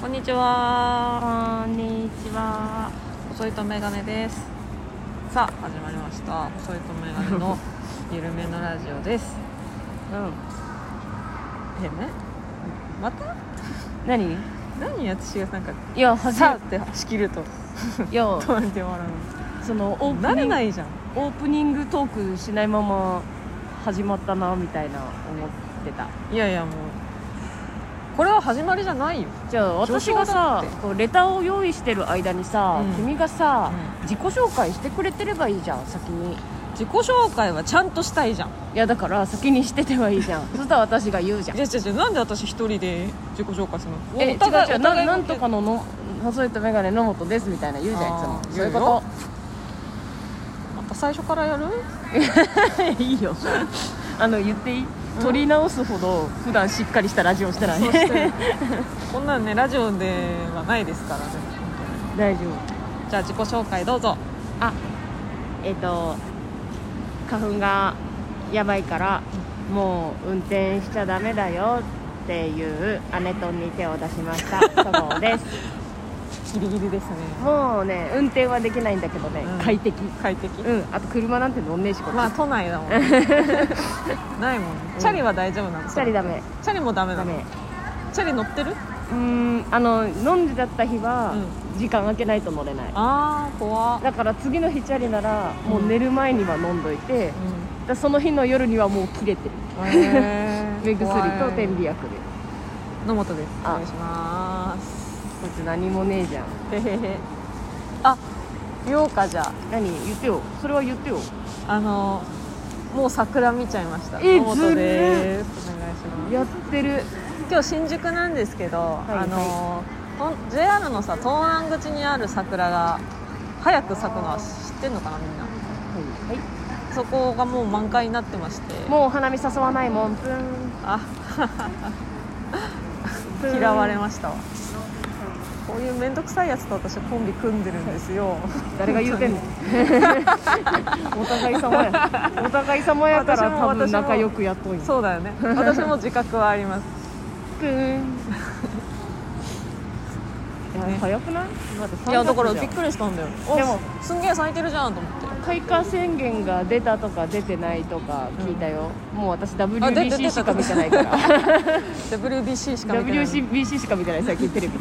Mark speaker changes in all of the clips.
Speaker 1: こんにちは。
Speaker 2: こんにちは。
Speaker 1: 細いとメガネです。さあ、始まりました。細いとメガ ネの緩めのラジオです。
Speaker 2: う
Speaker 1: え、ね、また
Speaker 2: ん。何？い
Speaker 1: 何私がなんか、
Speaker 2: や初
Speaker 1: さあ
Speaker 2: め
Speaker 1: って仕切ると、
Speaker 2: いや
Speaker 1: どうやって笑
Speaker 2: その
Speaker 1: う
Speaker 2: オ
Speaker 1: の
Speaker 2: ープ
Speaker 1: 慣
Speaker 2: ニ
Speaker 1: れ
Speaker 2: ング
Speaker 1: ないじゃん。
Speaker 2: オープニングトークしないまま始まったなみたいな思ってた。
Speaker 1: いやいや、もう。これは始まりじゃないよ。
Speaker 2: じゃあ私が
Speaker 1: 序章だ
Speaker 2: さ
Speaker 1: って
Speaker 2: こうレターを用意してる間にさ、
Speaker 1: うん
Speaker 2: 君がさ、
Speaker 1: う
Speaker 2: 自己紹介してくれてればいいじゃん先に。
Speaker 1: 自己紹介はちゃんとしたいじゃん。
Speaker 2: いやだから先にしててはいいじ ゃん。そしたら私が言うじゃん
Speaker 1: い。や違う違う、なんで私一人で自己紹介するの
Speaker 2: え違う
Speaker 1: お互い
Speaker 2: 違う
Speaker 1: お
Speaker 2: な
Speaker 1: 互い
Speaker 2: なんとかのの細いとメガネのもとですみたいな言うじゃんいつ
Speaker 1: あ
Speaker 2: も
Speaker 1: ー
Speaker 2: そうい
Speaker 1: 言
Speaker 2: う
Speaker 1: うよ
Speaker 2: こ
Speaker 1: また最初からやる
Speaker 2: と いいよあの言っていい
Speaker 1: うん
Speaker 2: 撮り直すほど普段しっかりしたラジオしてない
Speaker 1: そうして こんなんねラジオではないですからね
Speaker 2: 大丈夫
Speaker 1: じゃあ自己紹介どうぞ
Speaker 2: あえっ、と花粉がやばいからもう運転しちゃダメだよっていう姉とに手を出しま したそごです
Speaker 1: ギリギリですね
Speaker 2: もうね運転はできないんだけどね、
Speaker 1: うん
Speaker 2: 快適
Speaker 1: 快適
Speaker 2: うんあと車なんて乗んねえしこっち、
Speaker 1: まあ都内だもん ないもんねチャリは大丈夫なの
Speaker 2: チャリダメ
Speaker 1: チャリもダメ
Speaker 2: ダ
Speaker 1: なの
Speaker 2: メ
Speaker 1: チャリ乗ってる
Speaker 2: うーんあの飲んでだった日は、時間空けないと乗れない
Speaker 1: あー怖っ
Speaker 2: だから次の日チャリなら
Speaker 1: うん
Speaker 2: もう寝る前には飲んどいて、
Speaker 1: う
Speaker 2: だその日の夜にはもう切れて
Speaker 1: ん
Speaker 2: る
Speaker 1: へー
Speaker 2: 目薬と
Speaker 1: 怖い
Speaker 2: 点鼻薬で
Speaker 1: 野本ですお
Speaker 2: あ
Speaker 1: 願いします
Speaker 2: こっち何もねえじゃん
Speaker 1: へへへあようかじゃあ
Speaker 2: 何言ってよそれは言ってよ
Speaker 1: あのもう桜見ちゃいました
Speaker 2: え
Speaker 1: 野
Speaker 2: ず
Speaker 1: 本
Speaker 2: る
Speaker 1: ですお願いします
Speaker 2: やってる
Speaker 1: 今日新宿なんですけど、
Speaker 2: いはい
Speaker 1: あのと JR のさ東南口にある桜が早く咲くのは知ってんのかなみんな
Speaker 2: はい、は
Speaker 1: そこがもう満開になってまして
Speaker 2: い、もうお花見誘わないもんプン
Speaker 1: あ
Speaker 2: プン
Speaker 1: 嫌われましたわこういう面倒くさいやつと私はコンビ組んでるんですよ
Speaker 2: 誰が言うてん のお互い様やお互い様やから
Speaker 1: 私も
Speaker 2: 多
Speaker 1: 私
Speaker 2: 分
Speaker 1: も
Speaker 2: 仲良くやっとん よ
Speaker 1: そうだよね私も自覚はあり ます
Speaker 2: プーンいや
Speaker 1: ね
Speaker 2: 早くないだって
Speaker 1: い
Speaker 2: 三
Speaker 1: やだ
Speaker 2: 月
Speaker 1: から
Speaker 2: じゃ
Speaker 1: び
Speaker 2: ん
Speaker 1: っくりしたんだよ
Speaker 2: でも
Speaker 1: おすんげえ咲いてるじゃんと思って
Speaker 2: 開花宣言が出たとか出てないとか聞いたよ、もう私
Speaker 1: あ出て
Speaker 2: WBC
Speaker 1: た
Speaker 2: しか見てな いから
Speaker 1: WBC しか見てない
Speaker 2: WBC しか見てない最近テレビ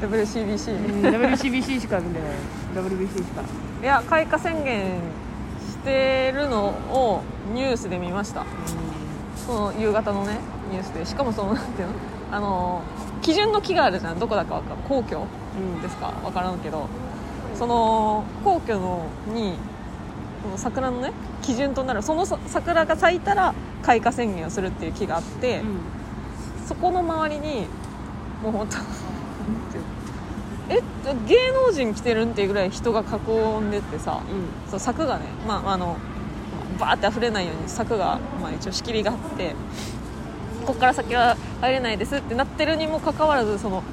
Speaker 1: WCBC、
Speaker 2: うん WCBC しか見てない WBC しか
Speaker 1: いや開花宣言してるのをニュースで見ましたその夕方のねニュースでしかもそのなんていうのあの基準の木があるじゃんどこだかわかん皇居
Speaker 2: うん
Speaker 1: ですかわからんけどその皇居のにこの桜のね基準となるそのさ桜が咲いたら開花宣言をするっていう木があって、そこの周りにもう本当なんていうのえ芸能人来てるんっていうぐらい人が囲んでってさ、そう柵がね、まあ、あのバーって溢れないように柵が、まあ、一応仕切りがあってここから先は入れないですってなってるにもかかわらずその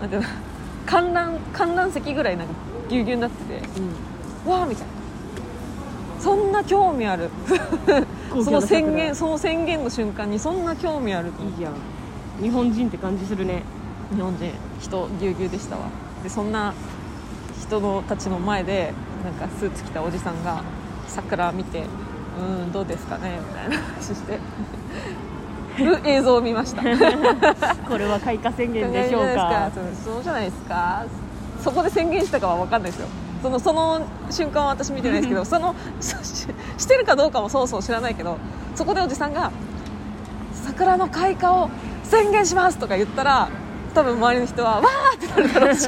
Speaker 1: なんていうの観覧観覧席ぐらいなんかぎゅうぎゅうになっててわあみたいなそんな興味あるその宣言その宣言の瞬間にそんな興味あると思
Speaker 2: い
Speaker 1: っ
Speaker 2: い
Speaker 1: て
Speaker 2: じゃん日本人って感じするね
Speaker 1: 日本人人ぎゅうぎゅうでしたわでそんな人のたちの前でなんかスーツ着たおじさんが桜見て「うーんどうですかね」みたいな話して る映像を見ました
Speaker 2: これは開花宣言でしょう
Speaker 1: 考えられないで
Speaker 2: か
Speaker 1: すそうそうじゃないですかそこで宣言したかは分かんないですよそのその瞬間は私見てないですけどその そししてるかどうかもそうそう知らないけどそこでおじさんが「桜の開花を宣言します」とか言ったら多分周りの人は「わー!」ってなるだろうし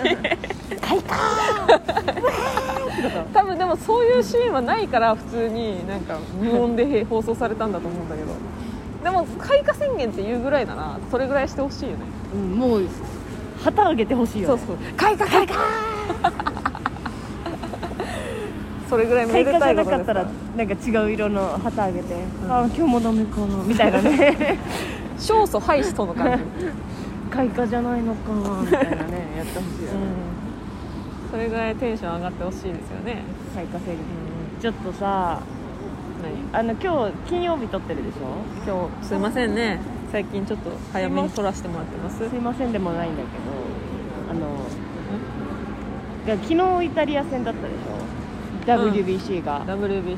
Speaker 2: 開花
Speaker 1: 多分でもそういうシーンはないから普通になんか無音で放送されたんだと思うんだけどでも開花宣言っていうぐらいならそれぐらいしてほしいよね
Speaker 2: うんもう旗あげてほしいよ、ね、
Speaker 1: そうそう開花開花 それぐらいめで
Speaker 2: 開
Speaker 1: た
Speaker 2: 花
Speaker 1: い
Speaker 2: じ
Speaker 1: こ
Speaker 2: ゃな
Speaker 1: と
Speaker 2: か
Speaker 1: で
Speaker 2: っ
Speaker 1: すから
Speaker 2: たらなんか違う色の旗あげて、あ今日もダメかなみたいなね
Speaker 1: 勝訴敗訴の感じ、
Speaker 2: 開花じゃないのかなみたいなね やってほしいよ
Speaker 1: うん
Speaker 2: ね、
Speaker 1: それぐらいテンション上がってほしいですよね、
Speaker 2: 開花宣言ちょっとさ
Speaker 1: 何
Speaker 2: あの今日金曜日撮ってるでし
Speaker 1: 今
Speaker 2: ょ
Speaker 1: 日すいませんね最近ちょっと早めに撮らせてもらってます
Speaker 2: すいませんでもないんだけどあのが昨日イタリア戦だったでしょ
Speaker 1: うん
Speaker 2: WBC が、
Speaker 1: WBC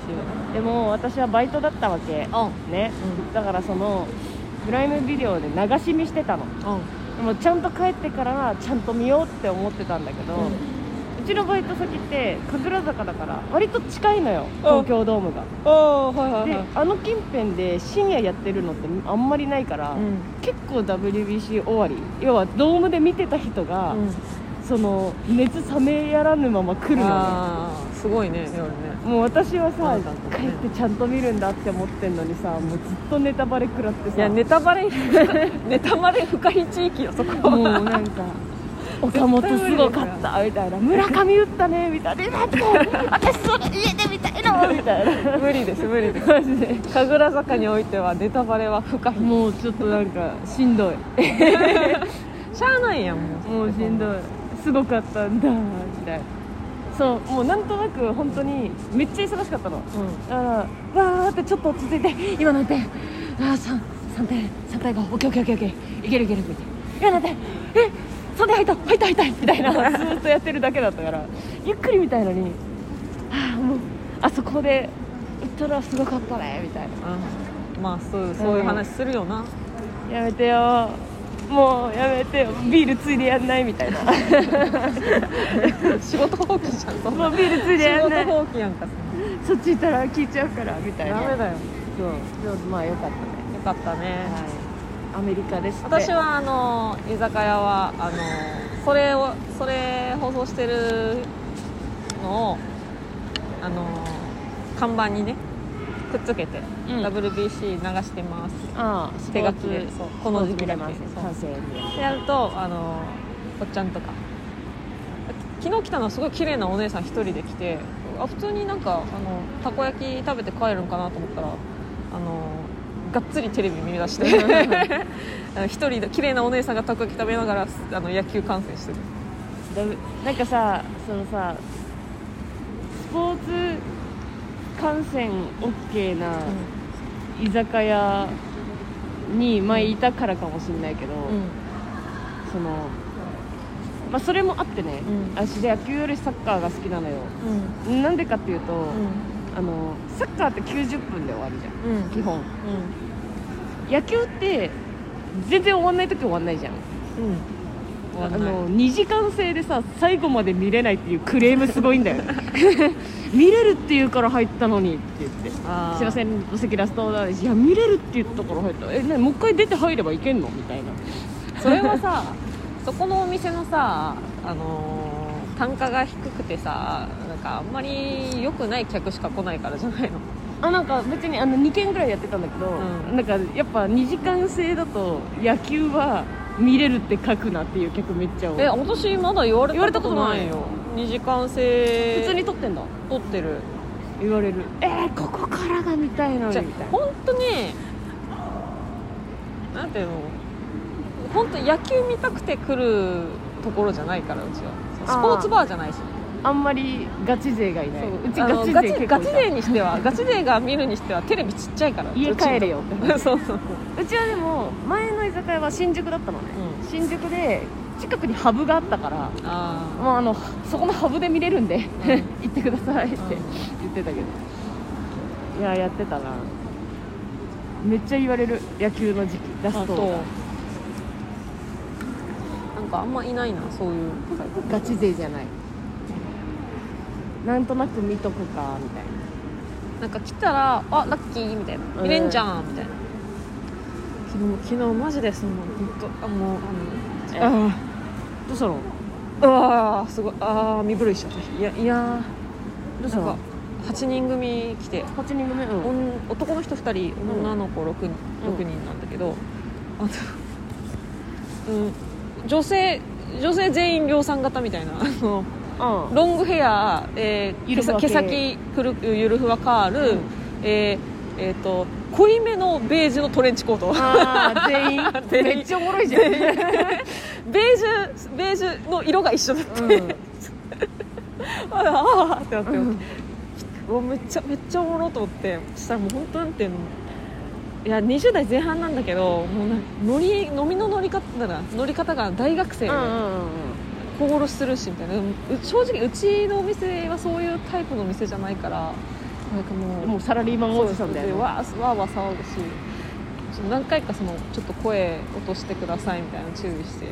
Speaker 2: でも私はバイトだったわけ
Speaker 1: はうん
Speaker 2: ね、だからそのプライムビデオで流し見してたの
Speaker 1: う
Speaker 2: でもちゃんと帰ってからはちゃんと見ようって思ってたんだけど、
Speaker 1: ん
Speaker 2: うちのバイト先って神楽坂だから割と近いのよ東京ドームが、
Speaker 1: ああはいはい
Speaker 2: で
Speaker 1: はい
Speaker 2: あの近辺で深夜やってるのってあんまりないから、
Speaker 1: うん
Speaker 2: 結構 WBC 終わり要はドームで見てた人が、
Speaker 1: うん
Speaker 2: その熱冷めやらぬまま来るのね
Speaker 1: あーすごいね夜ね
Speaker 2: もう私はさ、
Speaker 1: そうだった
Speaker 2: 帰
Speaker 1: ね
Speaker 2: ってちゃんと見るんだって思ってんのにさもうずっとネタバレ食らってさ
Speaker 1: いやネタバレ ネタバレ深い地域よそこ
Speaker 2: もうなん か岡本すごかったみたいな村上打ったねみたいなえ待って 私それ家で見たいのみたい な
Speaker 1: 無理です無理です
Speaker 2: マジで
Speaker 1: 神楽坂においてはネタバレは深い
Speaker 2: もうちょっとなんかしんどい
Speaker 1: しゃあないやんもう
Speaker 2: もうしんどいすごかったんだみたいなそうもうなんとなく本当にめっちゃ忙しかったの
Speaker 1: う
Speaker 2: だからわーってちょっと落ち着いて今の1点ああ 3, 3点3点5オッケーオッケーオッケーオッケーいけるいけるみたいな今の1点え三3点入った入った入ったみたいなずーっとやってるだけだったからゆっくり見たいのにああもうあそこで打ったらすごかったねみたいなん
Speaker 1: まあそうそういう話するよな
Speaker 2: やめてよもうやめてよビールついでやんないみたいなも
Speaker 1: 仕事放棄じゃんそんな
Speaker 2: うビールついで
Speaker 1: 仕
Speaker 2: やん
Speaker 1: 事
Speaker 2: ない
Speaker 1: 放棄やんか
Speaker 2: そっち行ったら聞いちゃうからみたいな
Speaker 1: ダメだよよ
Speaker 2: そうでもまあよかったね
Speaker 1: かったね
Speaker 2: はいアメリカですって
Speaker 1: 私はあの居酒屋はあのそれをそれ放送してるのをあの看板にねくっつけて、
Speaker 2: うん
Speaker 1: WBC 流してます
Speaker 2: ああ
Speaker 1: 手書きでそうこの時期だけそう
Speaker 2: 完成
Speaker 1: でやるとあのおっちゃんとか昨日来たのはすごい綺麗なお姉さん一人で来てあ普通になんかあのたこ焼き食べて帰るんかなと思ったらあのがっつりテレビ見出してあの一人で綺麗なお姉さんがたこ焼き食べながらあの野球観戦してる
Speaker 2: だぶなんかさそのさスポーツ観戦 OK な居酒屋に前いたからかもしれないけど、その、まあ、それもあってね、
Speaker 1: うん
Speaker 2: 私野球よりサッカーが好きなのよ
Speaker 1: うん
Speaker 2: なんでかっていうと、
Speaker 1: うん
Speaker 2: あのサッカーって90分で終わるじゃ
Speaker 1: うんうん
Speaker 2: ん基本野球って全然終わんない時終わんないじゃん
Speaker 1: うん終わ
Speaker 2: あ
Speaker 1: んない
Speaker 2: の2時間制でさ最後まで見れないっていうクレームすごいんだよ 見れるって言うから入ったのにって言ってす
Speaker 1: あー
Speaker 2: いませんお席ラストオーダーですいや見れるって言ったから入ったえなにもう一回出て入ればいけんのみたいな
Speaker 1: それはさそこのお店のさあのー単価が低くてさなんかあんまり良くない客しか来ないからじゃないの
Speaker 2: あなんか別にあの2件ぐらいやってたんだけど、
Speaker 1: うん
Speaker 2: なんかやっぱ2時間制だと野球は見れるって書くなっていう客めっちゃ
Speaker 1: え
Speaker 2: 多い
Speaker 1: 私まだ言われ
Speaker 2: 言われ
Speaker 1: た
Speaker 2: た
Speaker 1: こ
Speaker 2: ことと
Speaker 1: な
Speaker 2: ないい
Speaker 1: よ2時間制
Speaker 2: 普通に撮ってんだ
Speaker 1: 撮ってる
Speaker 2: 言われるえー、ここからが見たいのにみ
Speaker 1: じ
Speaker 2: た
Speaker 1: ゃ
Speaker 2: いな
Speaker 1: 本当になんていうの本当野球見たくて来るところじゃないからうちは
Speaker 2: あー
Speaker 1: スポーツバーじゃないし
Speaker 2: あんまりガチ勢がいない
Speaker 1: そう
Speaker 2: うち
Speaker 1: あの
Speaker 2: ガチ
Speaker 1: ガ
Speaker 2: 勢
Speaker 1: チ
Speaker 2: 結構いた
Speaker 1: ガチ勢にしてはガチ勢が見るにしてはテレビちっちゃいから
Speaker 2: 家帰れよって
Speaker 1: うちの そうそうそう
Speaker 2: うちはでも前の居酒屋は新宿だったのね、
Speaker 1: うん
Speaker 2: 新宿で近くにハブがあったから、
Speaker 1: あ
Speaker 2: まあ、あのそこのハブで見れるんで、
Speaker 1: ん
Speaker 2: 行ってくださいって
Speaker 1: うん
Speaker 2: 言ってたけど、いややってたなめっちゃ言われる野球の時期ラ
Speaker 1: あ
Speaker 2: ス
Speaker 1: そ
Speaker 2: ト
Speaker 1: う
Speaker 2: が
Speaker 1: なんかあんまいないなそういうタイプ
Speaker 2: ガチ勢じゃないなんとなく見とくかみたいな
Speaker 1: なんか来たら「あラッキー」みたいな「見れんじゃん」みたいな昨日昨日マジでその本当あもうあの
Speaker 2: あどうしたの
Speaker 1: うわーすごいああ身震いしちゃったいやいや
Speaker 2: どうし
Speaker 1: ー
Speaker 2: た
Speaker 1: なん
Speaker 2: の
Speaker 1: か8人組来て
Speaker 2: 8人組うん
Speaker 1: おん男の人2人
Speaker 2: うん
Speaker 1: 女の子 6, 人
Speaker 2: うん
Speaker 1: 6人なんだけど、あのうん、女性女性全員量産型みたいなあの
Speaker 2: うん
Speaker 1: ロングヘア、えー毛
Speaker 2: ゆるふ
Speaker 1: さ
Speaker 2: わ
Speaker 1: 毛
Speaker 2: 系
Speaker 1: 先くるゆるふわカール、
Speaker 2: うん
Speaker 1: えーえーと濃いめのベージュのトレンチコート
Speaker 2: あー 全員
Speaker 1: 全員
Speaker 2: めっちゃおもろいじゃん、
Speaker 1: ベージュベージュの色が一緒だって、
Speaker 2: うん
Speaker 1: あらあーってなって、うわめっちゃめっちゃおもろと思ってそしたらもう本当なんていうのいや20代前半なんだけどもうなんか乗り飲みの乗り方だな乗り方が大学生、
Speaker 2: うんうんうん
Speaker 1: ここ殺しするしみたいなでもう正直うちのお店はそういうタイプの店じゃないからなんかもう
Speaker 2: もうサラリーマンおじさんだよ
Speaker 1: で
Speaker 2: ね
Speaker 1: わーわーわー騒ぐしちょ何回かそのちょっと声落としてくださいみたいな注意して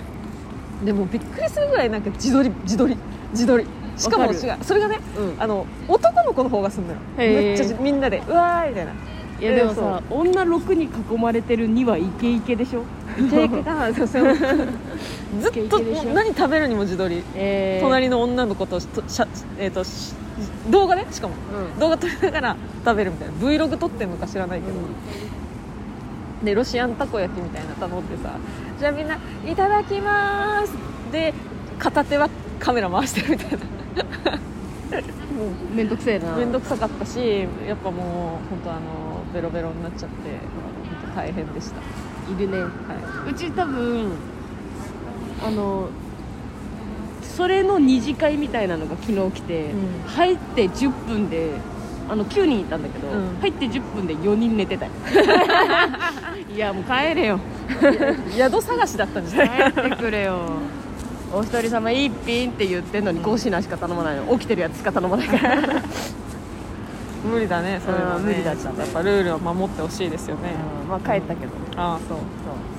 Speaker 1: でもびっくりするぐらいなんか自撮り自撮り自撮りしかも
Speaker 2: わか
Speaker 1: 違
Speaker 2: る
Speaker 1: うそれがね
Speaker 2: うん
Speaker 1: あの男の子の方がすんのよ
Speaker 2: へー
Speaker 1: めっちゃじみんなでうわーみたいない
Speaker 2: やでもさ女6に囲まれてる2はイケイケでしょ
Speaker 1: イケイケだそうそう ずっと
Speaker 2: イケイケでしょ
Speaker 1: もう何食べるにも自撮り
Speaker 2: えー、
Speaker 1: 隣の女の子としとしゃ、えー、とし動画ねしかも
Speaker 2: うん
Speaker 1: 動画撮りながら食べるみたいな Vlog 撮ってんのか知らないけど、でロシアンたこ焼きみたいなの頼んでさじゃあみんな「いただきます」で片手はカメラ回してるみたいな
Speaker 2: もうめんどくせえな
Speaker 1: 面倒くさかったしやっぱもう本当あのベロベロになっちゃって本当大変でした、
Speaker 2: いるね
Speaker 1: は
Speaker 2: うち多分あのそれの二次会みたいなのが昨日来て、
Speaker 1: うん
Speaker 2: 入って10分であの9人いたんだけど、
Speaker 1: うん
Speaker 2: 入って10分で4人寝てたよいやもう帰れよ
Speaker 1: い、宿探しだったんじゃない
Speaker 2: 帰ってくれよお一人様一品って言ってんのに5品しか頼まないの起きてるやつしか頼まないから
Speaker 1: 無理だねそれはね
Speaker 2: うん無理だった
Speaker 1: やっぱルールを守ってほしいですよね、
Speaker 2: まあ帰ったけど
Speaker 1: ああそう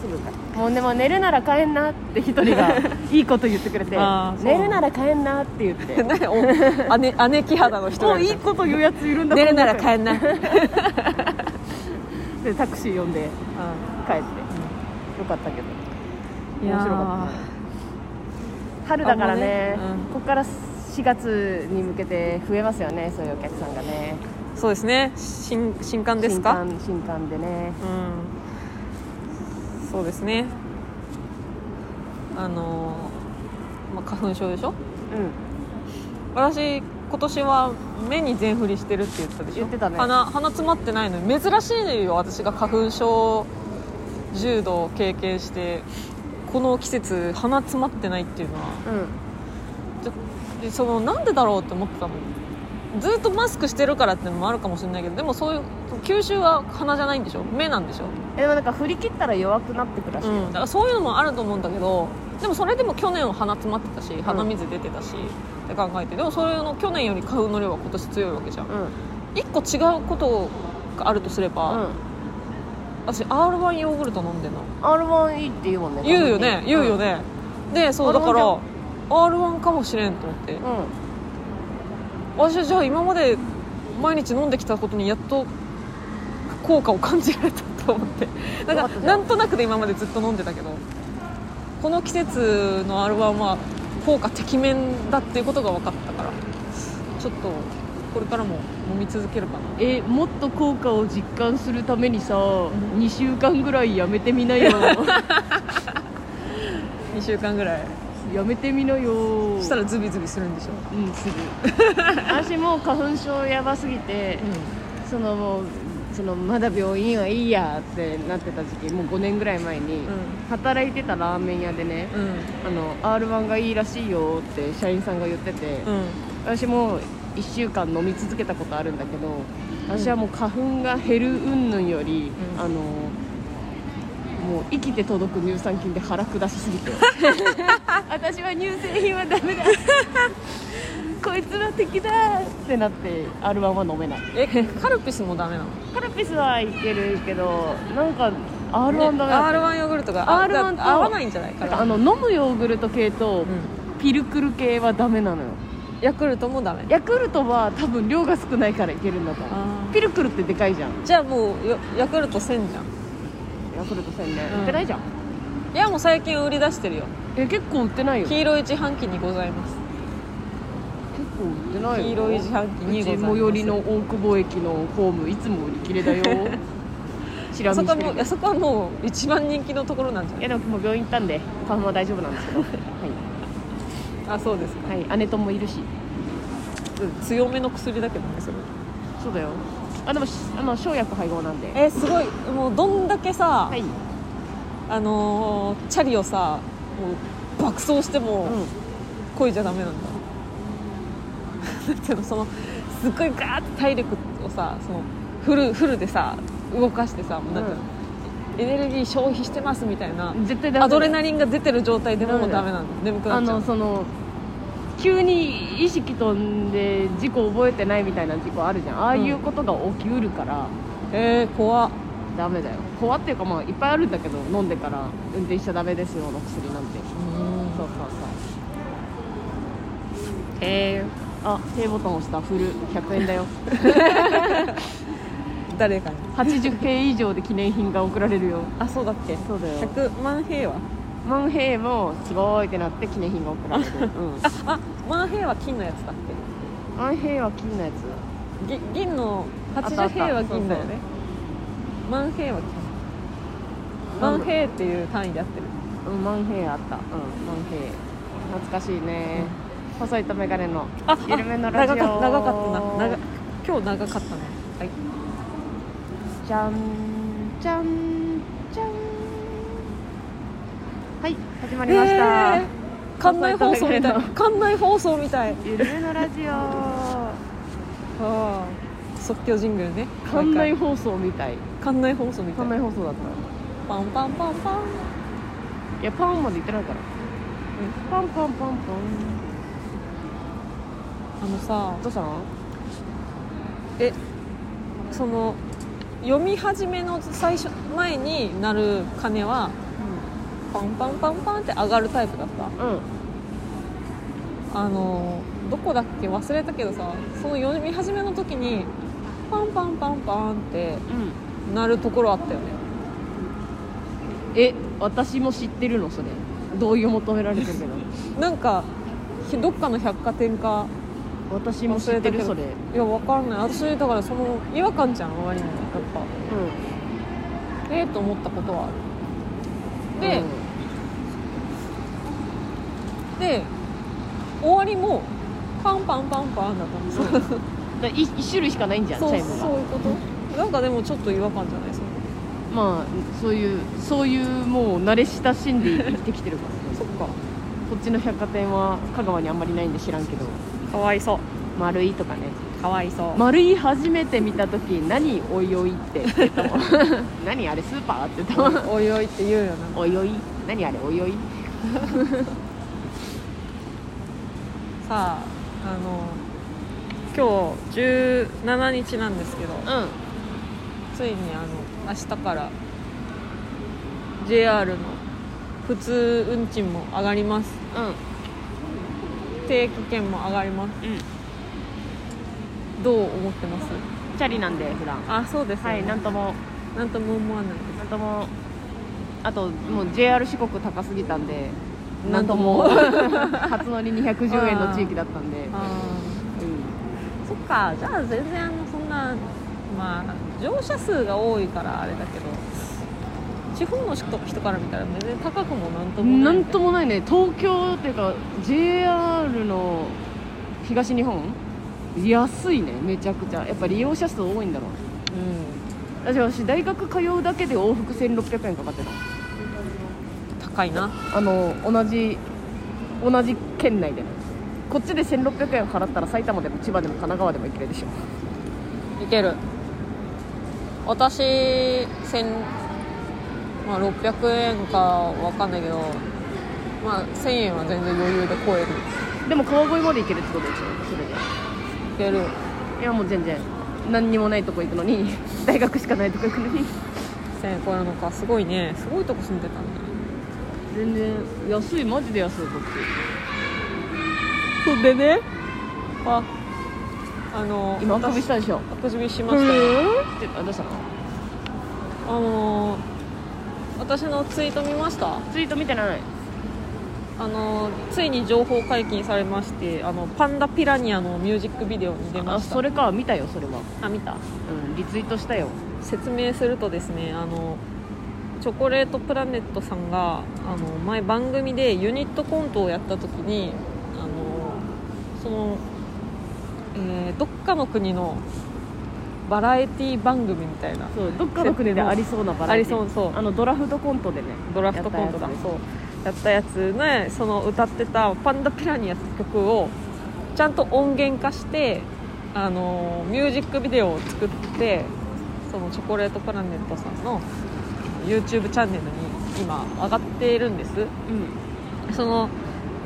Speaker 2: すぐかもうでも寝るなら帰んなって一人が いいこと言ってくれて
Speaker 1: あーそう
Speaker 2: 寝るなら帰んなって言って
Speaker 1: 何お姉姉貴肌の人
Speaker 2: も
Speaker 1: が
Speaker 2: ういいこと言うやついるんだ
Speaker 1: 寝るなら
Speaker 2: っ
Speaker 1: 帰んな、うん、
Speaker 2: てタクシー呼んで帰って、よかったけど面白かったね春だからね
Speaker 1: あんまねうん
Speaker 2: ここから4月に向けて増えますよねそういうお客さんがね
Speaker 1: そうですね新新刊ですか
Speaker 2: 新刊新刊でね
Speaker 1: うんそうですねあのーまあ、花粉症でしょ
Speaker 2: う
Speaker 1: 私今年は目に全振りしてるって言ったでしょ
Speaker 2: 言ってたね
Speaker 1: 鼻鼻詰まってないのに珍しいよ私が花粉症重度を経験してこの季節鼻詰まってないっていうのは
Speaker 2: んうん
Speaker 1: でそのなんでだろうって思ってたのずっとマスクしてるからってのもあるかもしれないけどでもそういう吸収は鼻じゃないんでしょ目なんでしょ、
Speaker 2: えでもなんか振り切ったら弱くなってくらしい、
Speaker 1: うん、だからそういうのもあると思うんだけどでもそれでも去年は鼻詰まってたし鼻水出てたし、って考えてでもそれの去年より花粉の量は今年強いわけじゃん
Speaker 2: うん
Speaker 1: 一個違うことがあるとすれば、
Speaker 2: うん
Speaker 1: 私 R1 ヨーグルト飲んでんの
Speaker 2: R1 いいって言うもんね
Speaker 1: 言うよね言うよ、ね、でそうだから
Speaker 2: R1
Speaker 1: R1 かもしれんと思って
Speaker 2: うんうん
Speaker 1: 私はじゃあ今まで毎日飲んできたことにやっと効果を感じられたと思 ってだ
Speaker 2: よ
Speaker 1: か
Speaker 2: かった
Speaker 1: ら
Speaker 2: じゃ
Speaker 1: なんんとなくで今までずっと飲んでたけどこの季節の R1 は効果てきめんだっていうことが分かったからちょっとこれからも飲み続けるかな
Speaker 2: えもっと効果を実感するためにさ、2週間ぐらいやめてみな よ
Speaker 1: 2週間ぐらい
Speaker 2: やめてみなよ
Speaker 1: そしたらズビズビするんでしょ
Speaker 2: うんする私もう花粉症やばすぎて、そのもうそのまだ病院はいいやってなってた時期もう5年ぐらい前に、働いてたラーメン屋でね、
Speaker 1: うんうん
Speaker 2: あの R1 がいいらしいよって社員さんが言ってて、
Speaker 1: うん
Speaker 2: 私も1週間飲み続けたことあるんだけど私はもう花粉が減る云々より、
Speaker 1: うん
Speaker 2: あのもう生きて届く乳酸菌で腹下しすぎ て私は乳製品はダメだこいつは敵だってなって R1 は飲めない
Speaker 1: え カルピスもダメなの
Speaker 2: カルピスはいけるけどなんか R1 ダメ
Speaker 1: ね
Speaker 2: だった、
Speaker 1: R1 ヨーグルトがあ
Speaker 2: R1 と
Speaker 1: 合わないんじゃない
Speaker 2: な
Speaker 1: か
Speaker 2: んか
Speaker 1: な
Speaker 2: あの飲むヨーグルト系
Speaker 1: う
Speaker 2: と
Speaker 1: ん
Speaker 2: ピルクル系はダメなのよ
Speaker 1: ヤクルトもダメ
Speaker 2: ヤクルトは多分量が少ないからいけるんだと思う
Speaker 1: あー
Speaker 2: ピルクルってでかいじゃん
Speaker 1: じゃあもうよヤクルト1000じゃん
Speaker 2: ヤクルト1000ね
Speaker 1: うん
Speaker 2: 売ってないじゃん
Speaker 1: いやもう最近売り出してるよ
Speaker 2: え結構売ってないよ結
Speaker 1: 黄色い自販機にございます
Speaker 2: 構売ってないよ
Speaker 1: 黄色い自販機にございます
Speaker 2: うち最寄りの大久保駅のホームいつも売り切れだ よ知ら
Speaker 1: あ
Speaker 2: ん見
Speaker 1: そこは
Speaker 2: して
Speaker 1: も
Speaker 2: る
Speaker 1: うあそこはもう一番人気のところなんじゃ
Speaker 2: い
Speaker 1: ない
Speaker 2: やでももう病院行ったんで花粉は大丈夫なんですけど は
Speaker 1: あそうですか、
Speaker 2: い、はい、姉ともいるし
Speaker 1: うん強めの薬だけどねそれ
Speaker 2: そうだよあでもしあの生薬配合なんで
Speaker 1: えすごいもうどんだけさ、
Speaker 2: はい、うん、
Speaker 1: あのーチャリをさもう爆走しても漕いじゃダメなんだ、 なんていうのそのすっごいガーって体力をさそのフルフルでさ動かしてさもうなんか、
Speaker 2: う
Speaker 1: エネルギー消費してますみたいな
Speaker 2: 絶対ダメ
Speaker 1: アドレ
Speaker 2: リ
Speaker 1: ナリンが出てる状態でも
Speaker 2: ダメ
Speaker 1: う
Speaker 2: だ
Speaker 1: ダメなんだ眠くな
Speaker 2: あ
Speaker 1: っちゃ
Speaker 2: の
Speaker 1: う
Speaker 2: その急に意識飛んで事故覚えてないみたいな事故あるじゃんああいうことが起きうるから、
Speaker 1: えー、怖っ
Speaker 2: ダメだよ怖っていうかまあいっぱいあるんだけど飲んでから運転しちゃダメですよの薬なんてそうそうそうへえあ K ボタン押したフル100円だよ
Speaker 1: 誰かに
Speaker 2: 80K 以上で記念品が送られるよ
Speaker 1: あそうだっけ
Speaker 2: そうだよ
Speaker 1: 100万平は
Speaker 2: 万平もすごいってなって記念品が送られる、うん、
Speaker 1: ああ万平は金のやつだっ
Speaker 2: 万平は金のやつ
Speaker 1: けぎ銀の
Speaker 2: あったあ
Speaker 1: 80
Speaker 2: った
Speaker 1: 平は銀だよね万平は金万平っていう単位でやってる
Speaker 2: うん万平あったうん万平懐かしいね、細いとメガネの
Speaker 1: あ
Speaker 2: 緩めのラジオ
Speaker 1: 長か長かったな長今日長かったなはい
Speaker 2: じゃんじゃんじゃんはい始まりました、
Speaker 1: えー館内放送 みたい
Speaker 2: 遅いとこ行け
Speaker 1: 館内放送みたい
Speaker 2: ゆるめのラジオ
Speaker 1: あー即興ジングルね
Speaker 2: 館内
Speaker 1: 毎
Speaker 2: 放送みたい
Speaker 1: 回館内放送みた
Speaker 2: 館
Speaker 1: い
Speaker 2: 内放送だった
Speaker 1: パンパンパンパン
Speaker 2: いやパンまで行ってないから、パンパンパンパン
Speaker 1: あのさ
Speaker 2: どうしたの
Speaker 1: えその読み始めの最初前になる鐘はパンパンパンパンって上がるタイプだった
Speaker 2: うん、
Speaker 1: あのどこだっけ忘れたけどさその読み始めの時にパンパンパンパンって
Speaker 2: うん、
Speaker 1: なるところあったよね
Speaker 2: え私も知ってるのそれ同意を求められてるけど
Speaker 1: なんかひどっかの百貨店か
Speaker 2: 私も知ってるそれうん
Speaker 1: いやわかんない私だからその違和感じゃん周りにやっぱええと思ったことはあるで、で終わりもパンパンパンパンだったんですよ
Speaker 2: うん、だい一種類しかないんじゃんチ
Speaker 1: そう
Speaker 2: ャイム
Speaker 1: そ
Speaker 2: が
Speaker 1: ういうことなんかでもちょっと違和感じゃないですか
Speaker 2: まあそういうそういうもう慣れ親しんで生きてきてるから
Speaker 1: そっか
Speaker 2: こっちの百貨店は香川にあんまりないんで知らんけど
Speaker 1: かわいそう
Speaker 2: 丸いとかね
Speaker 1: かわいそう
Speaker 2: 丸い初めて見た時何おいおい って言ってたもん何あれスーパーって言ってたも ん
Speaker 1: おいおいって言うよな
Speaker 2: おいおい何あれおいおい
Speaker 1: さああの今日17日なんですけど
Speaker 2: う
Speaker 1: ついにあの明日から JR の普通運賃も上がります
Speaker 2: んうん
Speaker 1: 定期券も上がります
Speaker 2: うん
Speaker 1: どう思ってます
Speaker 2: チャリなんで普段
Speaker 1: あそうですよ
Speaker 2: は
Speaker 1: ね、
Speaker 2: いなんとも
Speaker 1: なんとも思わないです
Speaker 2: なんともあともう JR 四国高すぎたんでなんとも 初乗り210円の地域だったんで、
Speaker 1: あ
Speaker 2: う
Speaker 1: ーそっかじゃあ全然あのそんなまあ乗車数が多いからあれだけど地方の人人から見たら全然高くもなんとも
Speaker 2: ん、
Speaker 1: な
Speaker 2: ないんともないね東京っていうか JR の東日本安いねめちゃくちゃやっぱ利用者数多いんだろ
Speaker 1: うん
Speaker 2: うだって私大学通うだけで往復1600円かかってた
Speaker 1: 高いな
Speaker 2: あの同じ同じ県内でねこっちで1600円払ったら埼玉でも千葉でも神奈川でも行けるでしょ
Speaker 1: いける私1000、まあ、600円かわかんないけど、まあ、1000円は全然余裕で超える
Speaker 2: でも川越まで行けるってことでしょそれで
Speaker 1: いける
Speaker 2: いやもう全然何にもないとこ行くのに大学しかないとこ行くのに
Speaker 1: 1000円超えるのかすごいねすごいとこ住んでたんだ
Speaker 2: 全然安いマジで安いこっ
Speaker 1: そんでねああの
Speaker 2: ち今あくびしたでしょ
Speaker 1: あくびし
Speaker 2: う
Speaker 1: ましたよ
Speaker 2: ってあどうしたの
Speaker 1: あのー私のツイート見ました
Speaker 2: ツイート見てない
Speaker 1: あのーついに情報解禁されましてあのパンダピラニアのミュージックビデオに出ま
Speaker 2: あ
Speaker 1: した
Speaker 2: それか見たよそれは
Speaker 1: あ見た
Speaker 2: うんリツイートしたよ
Speaker 1: 説明するとですねあのチョコレートプラネットさんがあの前番組でユニットコントをやった時にあのその、えーどっかの国のバラエティ番組みたいな
Speaker 2: そうどっかの国でありそうなバラエティ
Speaker 1: ありそうそう
Speaker 2: あのドラフトコントでね
Speaker 1: ドラフトコントだ
Speaker 2: やったやつね
Speaker 1: そうやったやつねその歌ってた「パンダピラニア」って曲をちゃんと音源化してあのミュージックビデオを作ってそのチョコレートプラネットさんの YouTube チャンネルに今上がっているんですその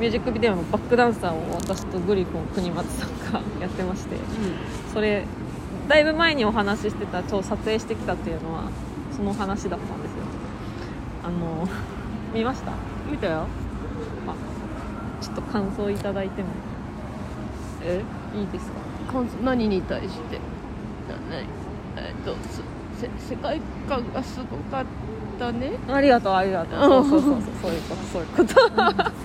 Speaker 1: ミュージックビデオのバックダンサーを私とグリコ国松さんがやってましてそれだいぶ前にお話ししてた超撮影してきたっていうのはその話だったんですよあの見ました
Speaker 2: 見たよ
Speaker 1: あちょっと感想いただいても
Speaker 2: え
Speaker 1: いいですか
Speaker 2: 感想何に対してな何えっとせ世界観がすごかったね
Speaker 1: ありがとうありがとうそうそうそうそうそういうことそういうこと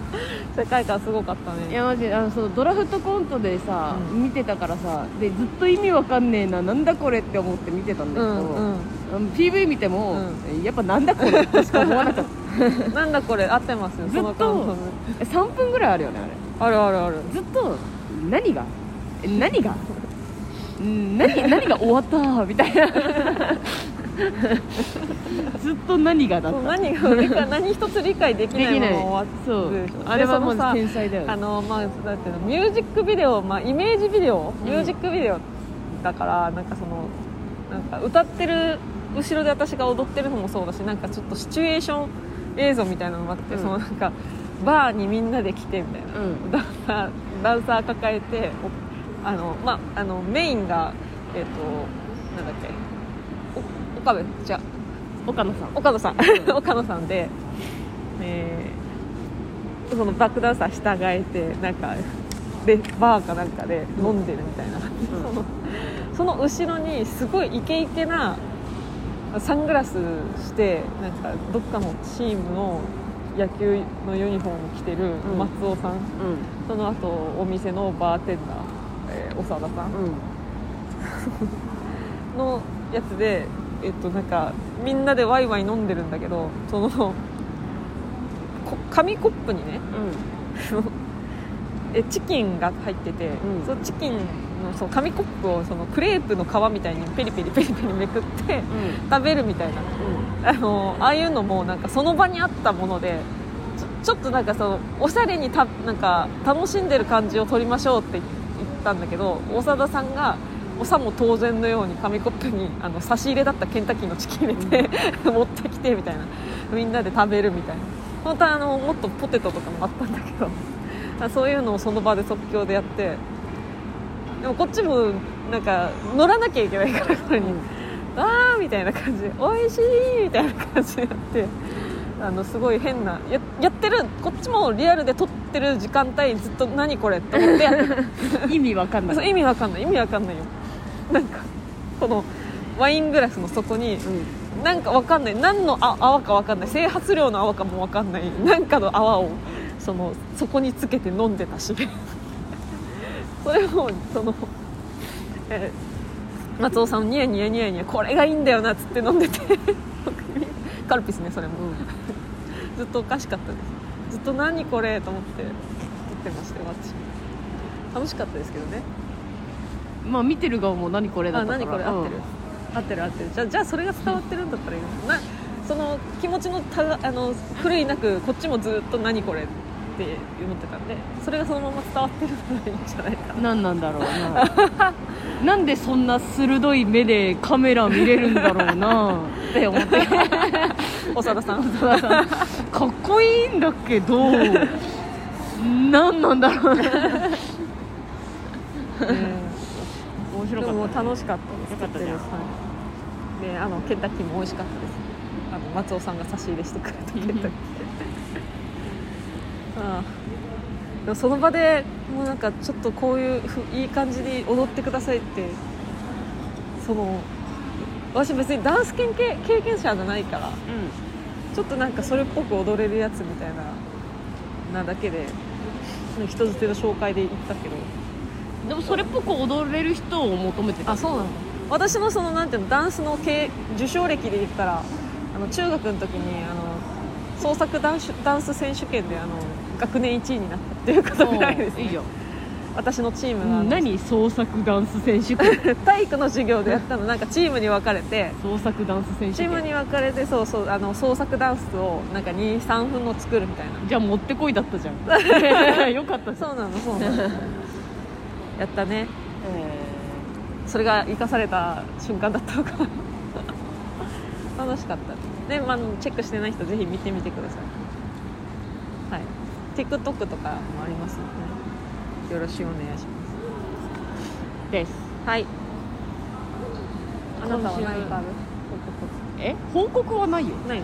Speaker 1: 世界観すごかった
Speaker 2: い
Speaker 1: ね
Speaker 2: やマジであのそのドラフトコントでさ、
Speaker 1: う
Speaker 2: 見てたからさでずっと意味わかんねえななんだこれって思って見てたんだ
Speaker 1: う
Speaker 2: けど、
Speaker 1: んうん
Speaker 2: あの PV 見ても、
Speaker 1: う
Speaker 2: やっぱなんだ これってしか思わなかった
Speaker 1: なんだこれ合ってますよ
Speaker 2: ず
Speaker 1: そ
Speaker 2: っ
Speaker 1: の
Speaker 2: と
Speaker 1: 感想
Speaker 2: え3分ぐらいあるよねあれ
Speaker 1: あるあるある
Speaker 2: ずっと何がえ何がん 何何が終わったみたいなずっと何がだっ
Speaker 1: そう
Speaker 2: た
Speaker 1: 何が理解何一つ理解できないまま終わって
Speaker 2: そう
Speaker 1: でしょ
Speaker 2: あれはもう
Speaker 1: でそのさ
Speaker 2: 天才だよ
Speaker 1: あ
Speaker 2: ね
Speaker 1: のまあだっていうのミュージックビデオ、まあ、イメージビデオミュージックビデオだから、なんかそのなんか歌ってる後ろで私が踊ってるのもそうだしなんかちょっとシチュエーション映像みたいなのもあって、
Speaker 2: うん
Speaker 1: そのなんかバーにみんなで来てみたいな、
Speaker 2: うん
Speaker 1: ダンサーダンサー抱えておあの、まあ、あのメインが、えっとなんだっけお岡部じゃあ
Speaker 2: 岡野さん
Speaker 1: 岡野さん 岡野さんで、えーそのバックダンサー従えてなんかでバーかなんかで飲んでるみたいな、そのその後ろにすごいイケイケなサングラスしてなんかどっかのチームの野球のユニフォーム着てる
Speaker 2: うん
Speaker 1: 松尾さん、その後お店のバーテンダー、えー長田さん
Speaker 2: うんうん
Speaker 1: のやつで、えっと、なんかみんなでワイワイ飲んでるんだけどそのこ紙コップにねえチキンが入ってて、
Speaker 2: うん
Speaker 1: そのチキンのその紙コップをそのクレープの皮みたいにペリペリペリペリめくって
Speaker 2: うんうん
Speaker 1: 食べるみたいなあのああいうのもなんかその場にあったものでちょちょっとなんかそのおしゃれにたなんか楽しんでる感じを撮りましょうって言ったんだけど長田さんがおさも当然のように紙コップにあの差し入れだったケンタッキーのチキン入れて、持ってきてみたいなみんなで食べるみたいな本当はあのもっとポテトとかもあったんだけどあそういうのをその場で即興でやってでもこっちもなんか乗らなきゃいけないからこれに。わーみたいな感じで美味しいみたいな感じになってあのすごい変なややってるこっちもリアルで撮ってる時間帯ずっと何これって思ってやってる
Speaker 2: うん意味わかんな
Speaker 1: そう
Speaker 2: い
Speaker 1: 意味わかんない意味わかんないよなんかこのワイングラスの底に
Speaker 2: うん
Speaker 1: なんかわかんない何のあ泡かわかんない整髪量の泡かもわかんないなんかの泡をそのそこにつけて飲んでたし それをその、えー松尾さんニヤニヤニヤニヤこれがいいんだよなっつって飲んでて カルピスねそれもずっとおかしかったですずっと何これと思って撮ってましたよ私楽しかったですけどね
Speaker 2: まあ見てる側も何これだ
Speaker 1: あ
Speaker 2: ったから
Speaker 1: 何これ合ってる、合ってる合ってるじゃあじゃあそれが伝わってるんだったらいいのなその気持ちのたがあの狂いなくこっちもずっと何これって思ってたんでそれがそのまま伝わってるならいいんじゃないか
Speaker 2: うん何なんだろうな なんでそんな鋭い目でカメラ見れるんだろうなって思って
Speaker 1: 長田さん
Speaker 2: かっこいいんだけど何なんだろうね面
Speaker 1: で
Speaker 2: 白か
Speaker 1: も
Speaker 2: った
Speaker 1: 楽しかったです
Speaker 2: よかったじゃん
Speaker 1: はいであのケンタッキーも美味しかったですあの松尾さんが差し入れしてくれたケンタッキーああでもその場でもうなんかちょっとこういうふいい感じに踊ってくださいってその私別にダンス経験経験者じゃないからちょっとなんかそれっぽく踊れるやつみたいななだけで人づての紹介で行ったけど
Speaker 2: うんでもそれっぽく踊れる人を求めてた
Speaker 1: あそうなの私のそのなんていうのダンスの経受賞歴で言ったらあの中学の時にあの創作ダンスダンス選手権であの学年1位になったっていうことぐらいです、
Speaker 2: いい
Speaker 1: ね、
Speaker 2: じゃん
Speaker 1: 私のチームはあの
Speaker 2: うん何創作ダンス 選手権
Speaker 1: 体育の授業でやったのなんかチームに分かれて
Speaker 2: 創作ダンス選手権
Speaker 1: チームに分かれてそうそうあの創作ダンスをなんか23分の作るみたいな
Speaker 2: じゃあ持ってこいだった じゃんよかったじゃん
Speaker 1: そうなのそう なのやったねそれが生かされた瞬間だったのか 楽しかったで、まあ、チェックしてない人ぜひ見てみてくださいはい TikTok とかもありますのでよろしくお願いします
Speaker 2: です
Speaker 1: はいあなたは
Speaker 2: 今週
Speaker 1: 何かある
Speaker 2: え報告はないよ
Speaker 1: ない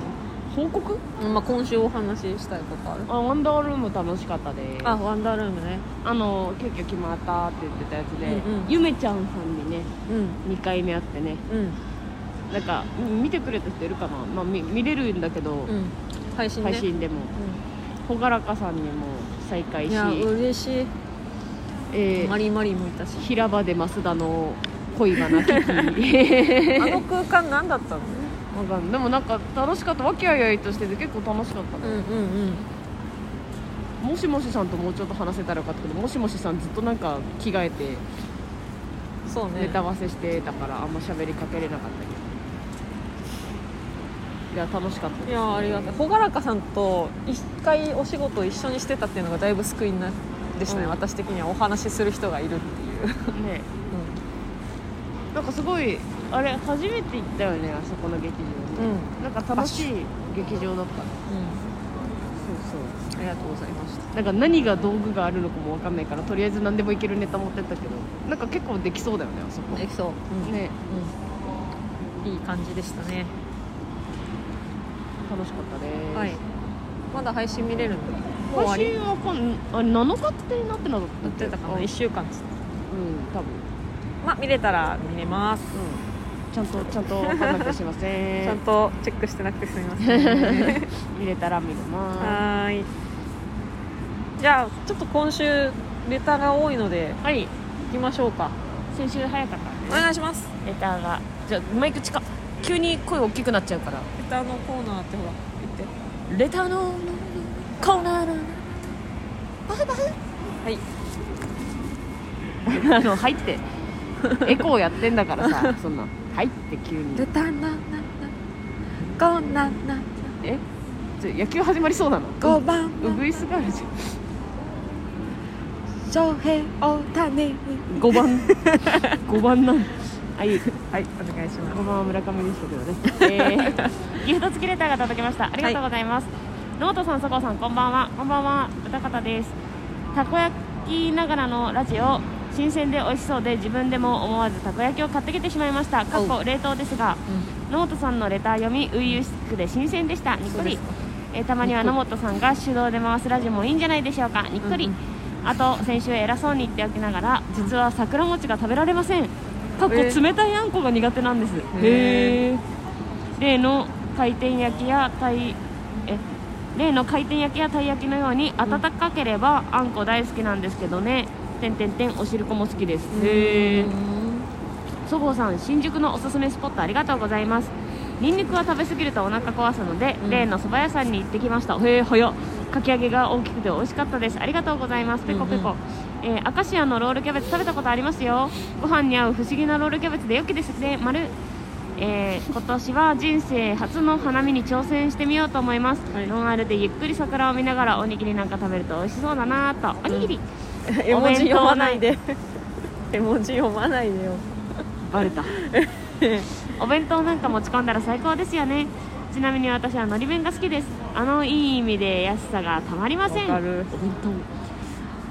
Speaker 2: 報告
Speaker 1: の、まあ、今週お話ししたいことある
Speaker 2: あワンダールーム楽しかったです
Speaker 1: あワンダールームね
Speaker 2: あの急遽決まったって言ってたやつで、
Speaker 1: うんうん
Speaker 2: ゆめちゃんさんにね
Speaker 1: うん
Speaker 2: 2回目会ってね
Speaker 1: うん
Speaker 2: なんかみ見てくれた人いるかな、まあ、み見れるんだけど、
Speaker 1: うん配信ね
Speaker 2: 配信でも朗らかさんにも再
Speaker 1: う
Speaker 2: 会
Speaker 1: ん、い
Speaker 2: し
Speaker 1: や、嬉しい
Speaker 2: えー
Speaker 1: マリーマリーもい たし
Speaker 2: 平場で増田の恋バ ナ聞き
Speaker 1: あの空間何だったの
Speaker 2: わかんないでもなんか楽しかったわきあいあいとしてて結構楽しかった
Speaker 1: うん
Speaker 2: ね、
Speaker 1: うん
Speaker 2: もしもしさんともうちょっと話せたらよかったけどもしもしさんずっとなんか着替えて
Speaker 1: うんそうね
Speaker 2: ネタ合わせしてたからあんま喋りかけれなかったけどいや楽しかったです、
Speaker 1: いやありがたい朗らかさんと一回お仕事を一緒にしてたっていうのがだいぶ救いになでしたね、
Speaker 2: うん
Speaker 1: 私的にはお話しする人がいるっていう、
Speaker 2: ねなんかすごいあれ初めて行ったよねあそこの劇場ね、なんか楽しい劇場だったそうそう
Speaker 1: ありがとうございました
Speaker 2: なんか何が道具があるのかもわかんないからとりあえず何でもいけるネタ持ってったけどなんか結構できそうだよねあそこ
Speaker 1: できそう、ね
Speaker 2: ね
Speaker 1: うん、いい感じでしたね
Speaker 2: 楽しかったです、
Speaker 1: はいまだ配信見れるんだもう
Speaker 2: 配
Speaker 1: 終わ
Speaker 2: 信わかんあれ7日ってなってなかっ
Speaker 1: り
Speaker 2: た
Speaker 1: やってたか
Speaker 2: う
Speaker 1: なん1週間っつって
Speaker 2: 多分
Speaker 1: まあ見れたら見れます、
Speaker 2: うんちゃんとちゃんと分かんなくしません
Speaker 1: ちゃんとチェックしてなくてすみません
Speaker 2: 見れたら見れま
Speaker 1: はーいじゃあちょっと今週レターが多いのです
Speaker 2: はい
Speaker 1: 行きましょうか
Speaker 2: 先週早かった
Speaker 1: お
Speaker 2: ね
Speaker 1: 願いします
Speaker 2: レターがじゃあマイク近っ急に声大きくなっちゃうから
Speaker 1: レターのコーナーってほら言って
Speaker 2: レターのコーナー
Speaker 1: はい
Speaker 2: あの入ってエコーやってんだから さそんな入って急に
Speaker 1: ターのコーナー
Speaker 2: えちょ野球始まりそうなの
Speaker 1: 番
Speaker 2: うぐいすがあるじゃ
Speaker 1: 翔平大谷
Speaker 2: ん5番5番なんは
Speaker 1: は
Speaker 2: い
Speaker 1: いお願いしま
Speaker 2: こんばんは村上でしたけどね、 えー、ギフト付きレターが届きましたありがとうございます、ノートさん、そこさんこんばんはこんばんは歌方ですたこ焼きながらのラジオ新鮮で美味しそうで自分でも思わずたこ焼きを買ってきてしまいましたかっこ冷凍ですが野本さんのレター読み初々しくで新鮮でしたにっこ
Speaker 1: そうで
Speaker 2: り
Speaker 1: す、
Speaker 2: えーたまには野本さんが手動で回すラジオもいいんじゃないでしょうかにっこり、
Speaker 1: うん
Speaker 2: あと先週偉そうに言っておきながら実は桜餅が食べられませんかっこ
Speaker 1: えー
Speaker 2: 冷たいあんこが苦手なんです
Speaker 1: へ
Speaker 2: へー例の回転焼きやたいえ例の回転焼きやたい焼きのように温かければあんこ大好きなんですけどねてんてんてんおしるこも好きです
Speaker 1: す
Speaker 2: へ
Speaker 1: う
Speaker 2: ー
Speaker 1: ん
Speaker 2: そごうさん新宿のおすすめスポットありがとうございますニンニクは食べ過ぎるとお腹壊すので、
Speaker 1: うん
Speaker 2: 例の蕎麦屋さんに行ってきましたへえ早っかき揚げが大きくて美味しかったですありがとうございますペコペコ、えーアカシアのロールキャベツ食べたことありますよご飯に合う不思議なロールキャベツで良きですね丸えー今年は人生初の花見に挑戦してみようと思います、
Speaker 1: はい
Speaker 2: ノンアルでゆっくり桜を見ながらおにぎりなんか食べると美味しそうだなぁとおにぎり、
Speaker 1: 絵文字読まないで 絵文字読まないでよ
Speaker 2: バレた お弁当なんか持ち込んだら最高ですよねちなみに私はのり弁が好きですあのいい意味で安さがたまりません
Speaker 1: わかる
Speaker 2: お弁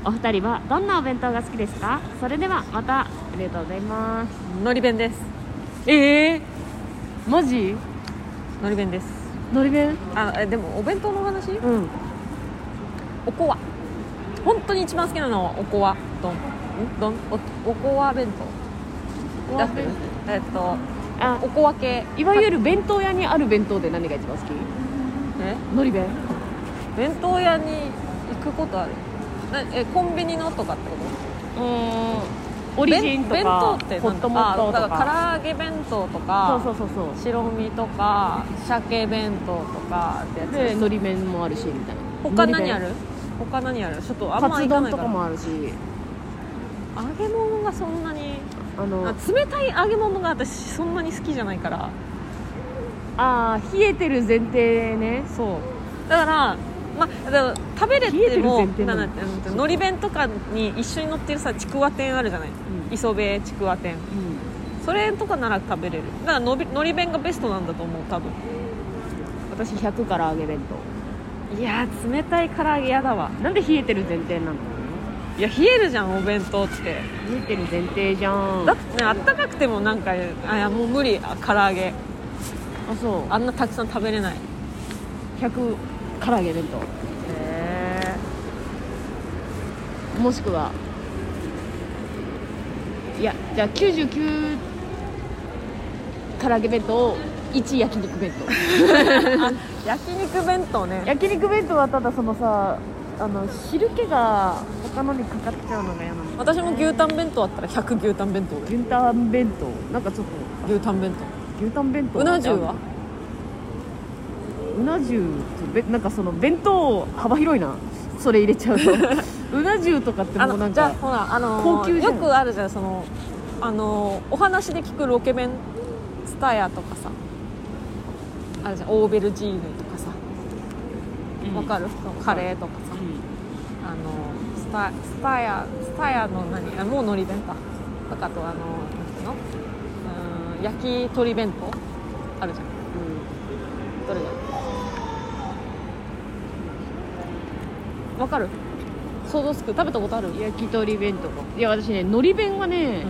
Speaker 2: 当お二人はどんなお弁当が好きですかそれではまたありがとうございます
Speaker 1: のり弁です
Speaker 2: ええマジ
Speaker 1: のり弁です
Speaker 2: のり弁
Speaker 1: あえでもお弁当の話
Speaker 2: うん
Speaker 1: おこわ本当に一番好きなのはおこわ丼丼おおこわ弁当だってるえっと
Speaker 2: あ
Speaker 1: おこわ系
Speaker 2: いわゆる弁当屋にある弁当で何が一番好き
Speaker 1: え
Speaker 2: のり弁
Speaker 1: 弁当屋に行くことあるなえコンビニのとかってこと
Speaker 2: うんオリジンと
Speaker 1: 弁弁当
Speaker 2: か
Speaker 1: って
Speaker 2: ホ
Speaker 1: なん
Speaker 2: ッ
Speaker 1: だ
Speaker 2: トモット
Speaker 1: あ
Speaker 2: と
Speaker 1: だ
Speaker 2: か
Speaker 1: から唐揚げ弁当とか
Speaker 2: そうそうそうそう
Speaker 1: 白身とか鮭弁当とかってやつ
Speaker 2: でのり弁もあるしみたいな
Speaker 1: 他何あ
Speaker 2: 海
Speaker 1: る
Speaker 2: 苔
Speaker 1: 他何あるちょっとあ
Speaker 2: 弁
Speaker 1: んま
Speaker 2: カ
Speaker 1: 行
Speaker 2: ツ
Speaker 1: かな
Speaker 2: 丼
Speaker 1: い
Speaker 2: と
Speaker 1: か
Speaker 2: からもあるし
Speaker 1: 揚げ物がそんなに
Speaker 2: あの
Speaker 1: あ冷たい揚げ物が私そんなに好きじゃないから
Speaker 2: あー冷えてる前提ね
Speaker 1: そうだからまあだから食べれ
Speaker 2: 冷えて
Speaker 1: て
Speaker 2: る前
Speaker 1: も
Speaker 2: 提な
Speaker 1: な
Speaker 2: の
Speaker 1: んだってのり弁とかに一緒に乗ってるさちくわ天あるじゃない磯部ちくわ天それとかなら食べれるだからのびのり弁がベストなんだと思う多分
Speaker 2: 私100から揚げ弁
Speaker 1: いやー冷たい唐揚げ嫌だわ
Speaker 2: 当なんで冷えてる前提なの
Speaker 1: いや冷えるじゃんお弁当って
Speaker 2: 冷えてる前提じゃん
Speaker 1: だってねあったかくてもなんかあいやもう無理あ唐揚げ
Speaker 2: あそう
Speaker 1: あんなたくさん食べれない
Speaker 2: 100唐揚げ弁
Speaker 1: へ
Speaker 2: 当もしくはいやじゃあ99唐揚げ弁当を1焼肉弁当
Speaker 1: え焼肉弁当ね
Speaker 2: 焼肉弁当はただそのさあの汁気が他のにかかっちゃうのが嫌なの
Speaker 1: 私も牛タン弁当あったら100牛タン弁当で
Speaker 2: 牛タン弁当なんかちょっ
Speaker 1: 牛タン弁
Speaker 2: と牛タン弁
Speaker 1: 当
Speaker 2: 当
Speaker 1: うな重は
Speaker 2: うな重とべなんかその弁当幅広いなそれ入れち ゃうとうな重とかって
Speaker 1: あ
Speaker 2: もうな
Speaker 1: の
Speaker 2: ん
Speaker 1: じゃあ
Speaker 2: か
Speaker 1: ほらあの
Speaker 2: 高級じゃ
Speaker 1: よ
Speaker 2: ん
Speaker 1: くあるじゃんそのあのお話で聞くロケ弁ツタヤとかさあるじゃんオーベルジーヌとかさわか
Speaker 2: る、
Speaker 1: る、そのカレーとかさあのスタスタヤスタヤの何あもうのり弁かとかあとあのなんていうのうーん焼き鳥弁当あるじゃんどれだわかる想像つく食べたことある、うん、
Speaker 2: 焼き鳥弁当かいや私ね海苔弁はね、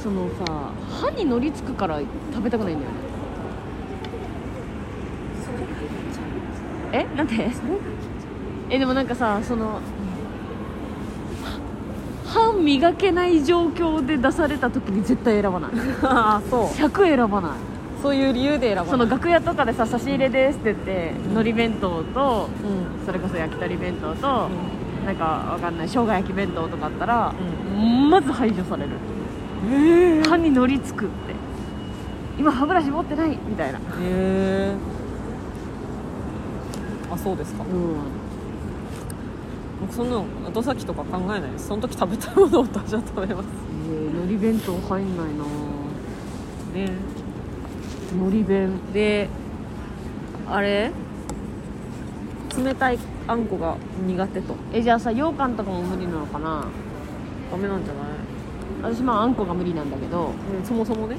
Speaker 2: そのさ歯に海苔つくから食べたくないんだよねえなんでえでもなんかさその歯磨けない状況で出された時に絶対選ばない
Speaker 1: ああそう
Speaker 2: 100選ばない
Speaker 1: そういう理由で選ばない
Speaker 2: その楽屋とかでさ差し入れですって言って
Speaker 1: ん
Speaker 2: 海苔弁当と
Speaker 1: うんうん
Speaker 2: それこそ焼き鳥弁当となんかわかんない生姜焼き弁当とかあったら
Speaker 1: うん
Speaker 2: まず排除される
Speaker 1: へ
Speaker 2: 歯に乗りつくって今歯ブラシ持ってないみたいな
Speaker 1: えあそうですか
Speaker 2: うん
Speaker 1: 僕そんなの後先とか考えないですその時食べたいものを私は食べます
Speaker 2: のり弁当入んないな
Speaker 1: ね
Speaker 2: のり弁
Speaker 1: であれ冷たいあんこが苦手と
Speaker 2: えじゃあさ羊羹とかも無理なのかな
Speaker 1: ダメなんじゃない、
Speaker 2: 私まああんこが無理なんだけど
Speaker 1: そもそもね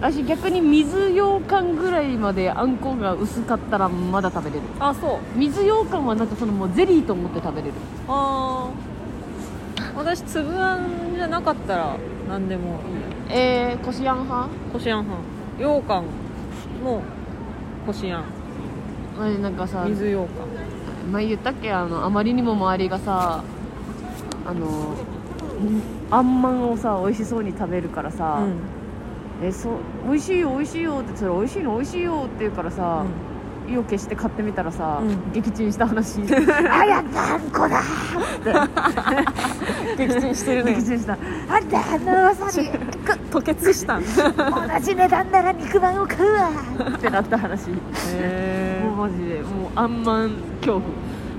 Speaker 2: 私逆に水羊羹ぐらいまであんこが薄かったらまだ食べれる
Speaker 1: あそう
Speaker 2: 水羊羹はなんかそのもうゼリーと思って食べれる
Speaker 1: ああ私粒あんじゃなかったら何でも
Speaker 2: えー、こしあん派
Speaker 1: こしあんは羊羹もこしあん
Speaker 2: あれなんかさ
Speaker 1: 水羊羹
Speaker 2: 前言ったっけあのあまりにも周りがさあのあんまんをさ美味しそうに食べるからさ、
Speaker 1: うん
Speaker 2: えそう美味しいよ美味しいよってそれ美味しいの美味しいよって言うからさ、意を決して買ってみたらさ、
Speaker 1: うん
Speaker 2: 撃沈し た話あやったあんこだ
Speaker 1: うん撃沈してる
Speaker 2: 撃
Speaker 1: ね
Speaker 2: 沈したあんたあんな噂に
Speaker 1: 吐血したんへ
Speaker 2: 同じ値段なら肉まんを食うわってなった話も
Speaker 1: え
Speaker 2: うマジでもうあんまん恐怖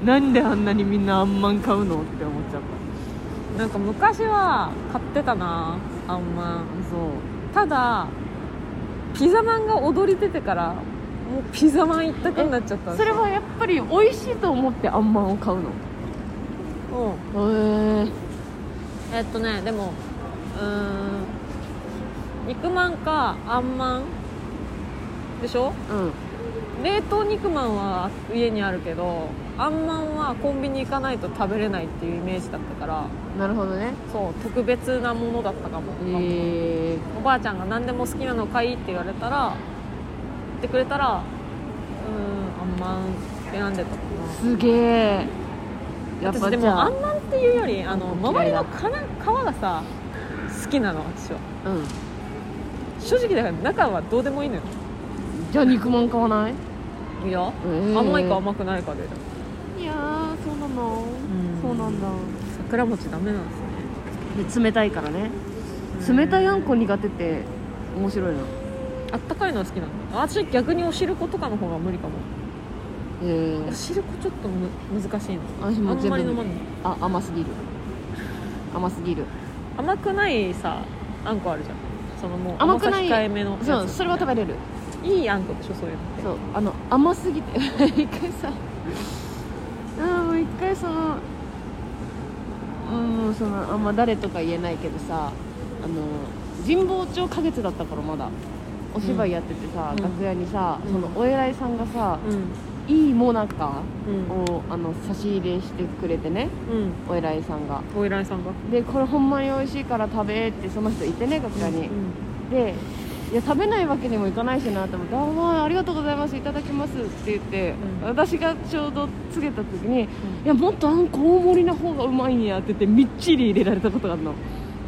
Speaker 2: なんであんなにみんなあんまん買うのって思っちゃった
Speaker 1: なんか昔は買ってたなあんまん
Speaker 2: そう
Speaker 1: ただピザマンが踊り出てからもうピザマン一択になっちゃったんで
Speaker 2: そ
Speaker 1: す
Speaker 2: れ
Speaker 1: よ
Speaker 2: はやっぱり美味しいと思ってあんまんを買うの
Speaker 1: う
Speaker 2: へ
Speaker 1: んえっとねでもうーん肉まんかあんまんでしょ
Speaker 2: えうん
Speaker 1: 冷凍肉まんは家にあるけどあんまんはコンビニ行かないと食べれないっていうイメージだったから
Speaker 2: なるほどね
Speaker 1: そう特別なものだったかも、
Speaker 2: え
Speaker 1: おばあちゃんが何でも好きなの買いって言われたら言ってくれたらうーんあんまん選んでたかな
Speaker 2: ー、すげえやっ
Speaker 1: 私
Speaker 2: ぱ
Speaker 1: で
Speaker 2: じゃ
Speaker 1: も
Speaker 2: あ
Speaker 1: あんまんっていうよりあの周り
Speaker 2: 嫌
Speaker 1: の
Speaker 2: いだ
Speaker 1: 皮皮がさ好きなの私は
Speaker 2: うん
Speaker 1: 正直だから中はどうでもいいのよ
Speaker 2: じゃあ肉まん買わない、
Speaker 1: いや
Speaker 2: えー
Speaker 1: 甘いか甘くないかで
Speaker 2: いやーそうなの、
Speaker 1: ん
Speaker 2: そうなんだ
Speaker 1: 桜餅ダメなんですね
Speaker 2: で冷たいからね
Speaker 1: うん
Speaker 2: 冷たいあんこ苦手って面白いな
Speaker 1: あったかいのは好きなの私逆におしることかの方が無理かも
Speaker 2: え
Speaker 1: お
Speaker 2: ー、
Speaker 1: しるこちょっとむ難しいの
Speaker 2: 私も
Speaker 1: あ
Speaker 2: うん全
Speaker 1: まり飲ま
Speaker 2: 部
Speaker 1: ない
Speaker 2: あ甘すぎる甘すぎる
Speaker 1: 甘くないさあんこあるじゃんそのもう
Speaker 2: 甘
Speaker 1: 甘
Speaker 2: く
Speaker 1: さ
Speaker 2: ない
Speaker 1: 控えめのやつ
Speaker 2: そうそれは食べれる
Speaker 1: いいあんこでしょそういうのって
Speaker 2: そうあの甘すぎて 一回さあもう一回そのうんそのあんま誰とか言えないけどさあの神保町花月だった頃まだお芝居やっててさ、
Speaker 1: うん
Speaker 2: 楽屋にさ、
Speaker 1: うん
Speaker 2: そのお偉いさんがさ、いいもなかをあの差し入れしてくれてね
Speaker 1: うんうん
Speaker 2: お偉いさんが
Speaker 1: お偉いさんが
Speaker 2: でこれほんまに美味しいから食べってその人いてね楽屋に、
Speaker 1: うん
Speaker 2: でいや食べないわけにもいかないしなと思って「あ,、まあ、ありがとうございますいただきます」って言って、
Speaker 1: うん
Speaker 2: 私がちょうどつけた時に「いやもっとあんこ大盛りな方がうまいんや」って言ってみっちり入れられたことがあるの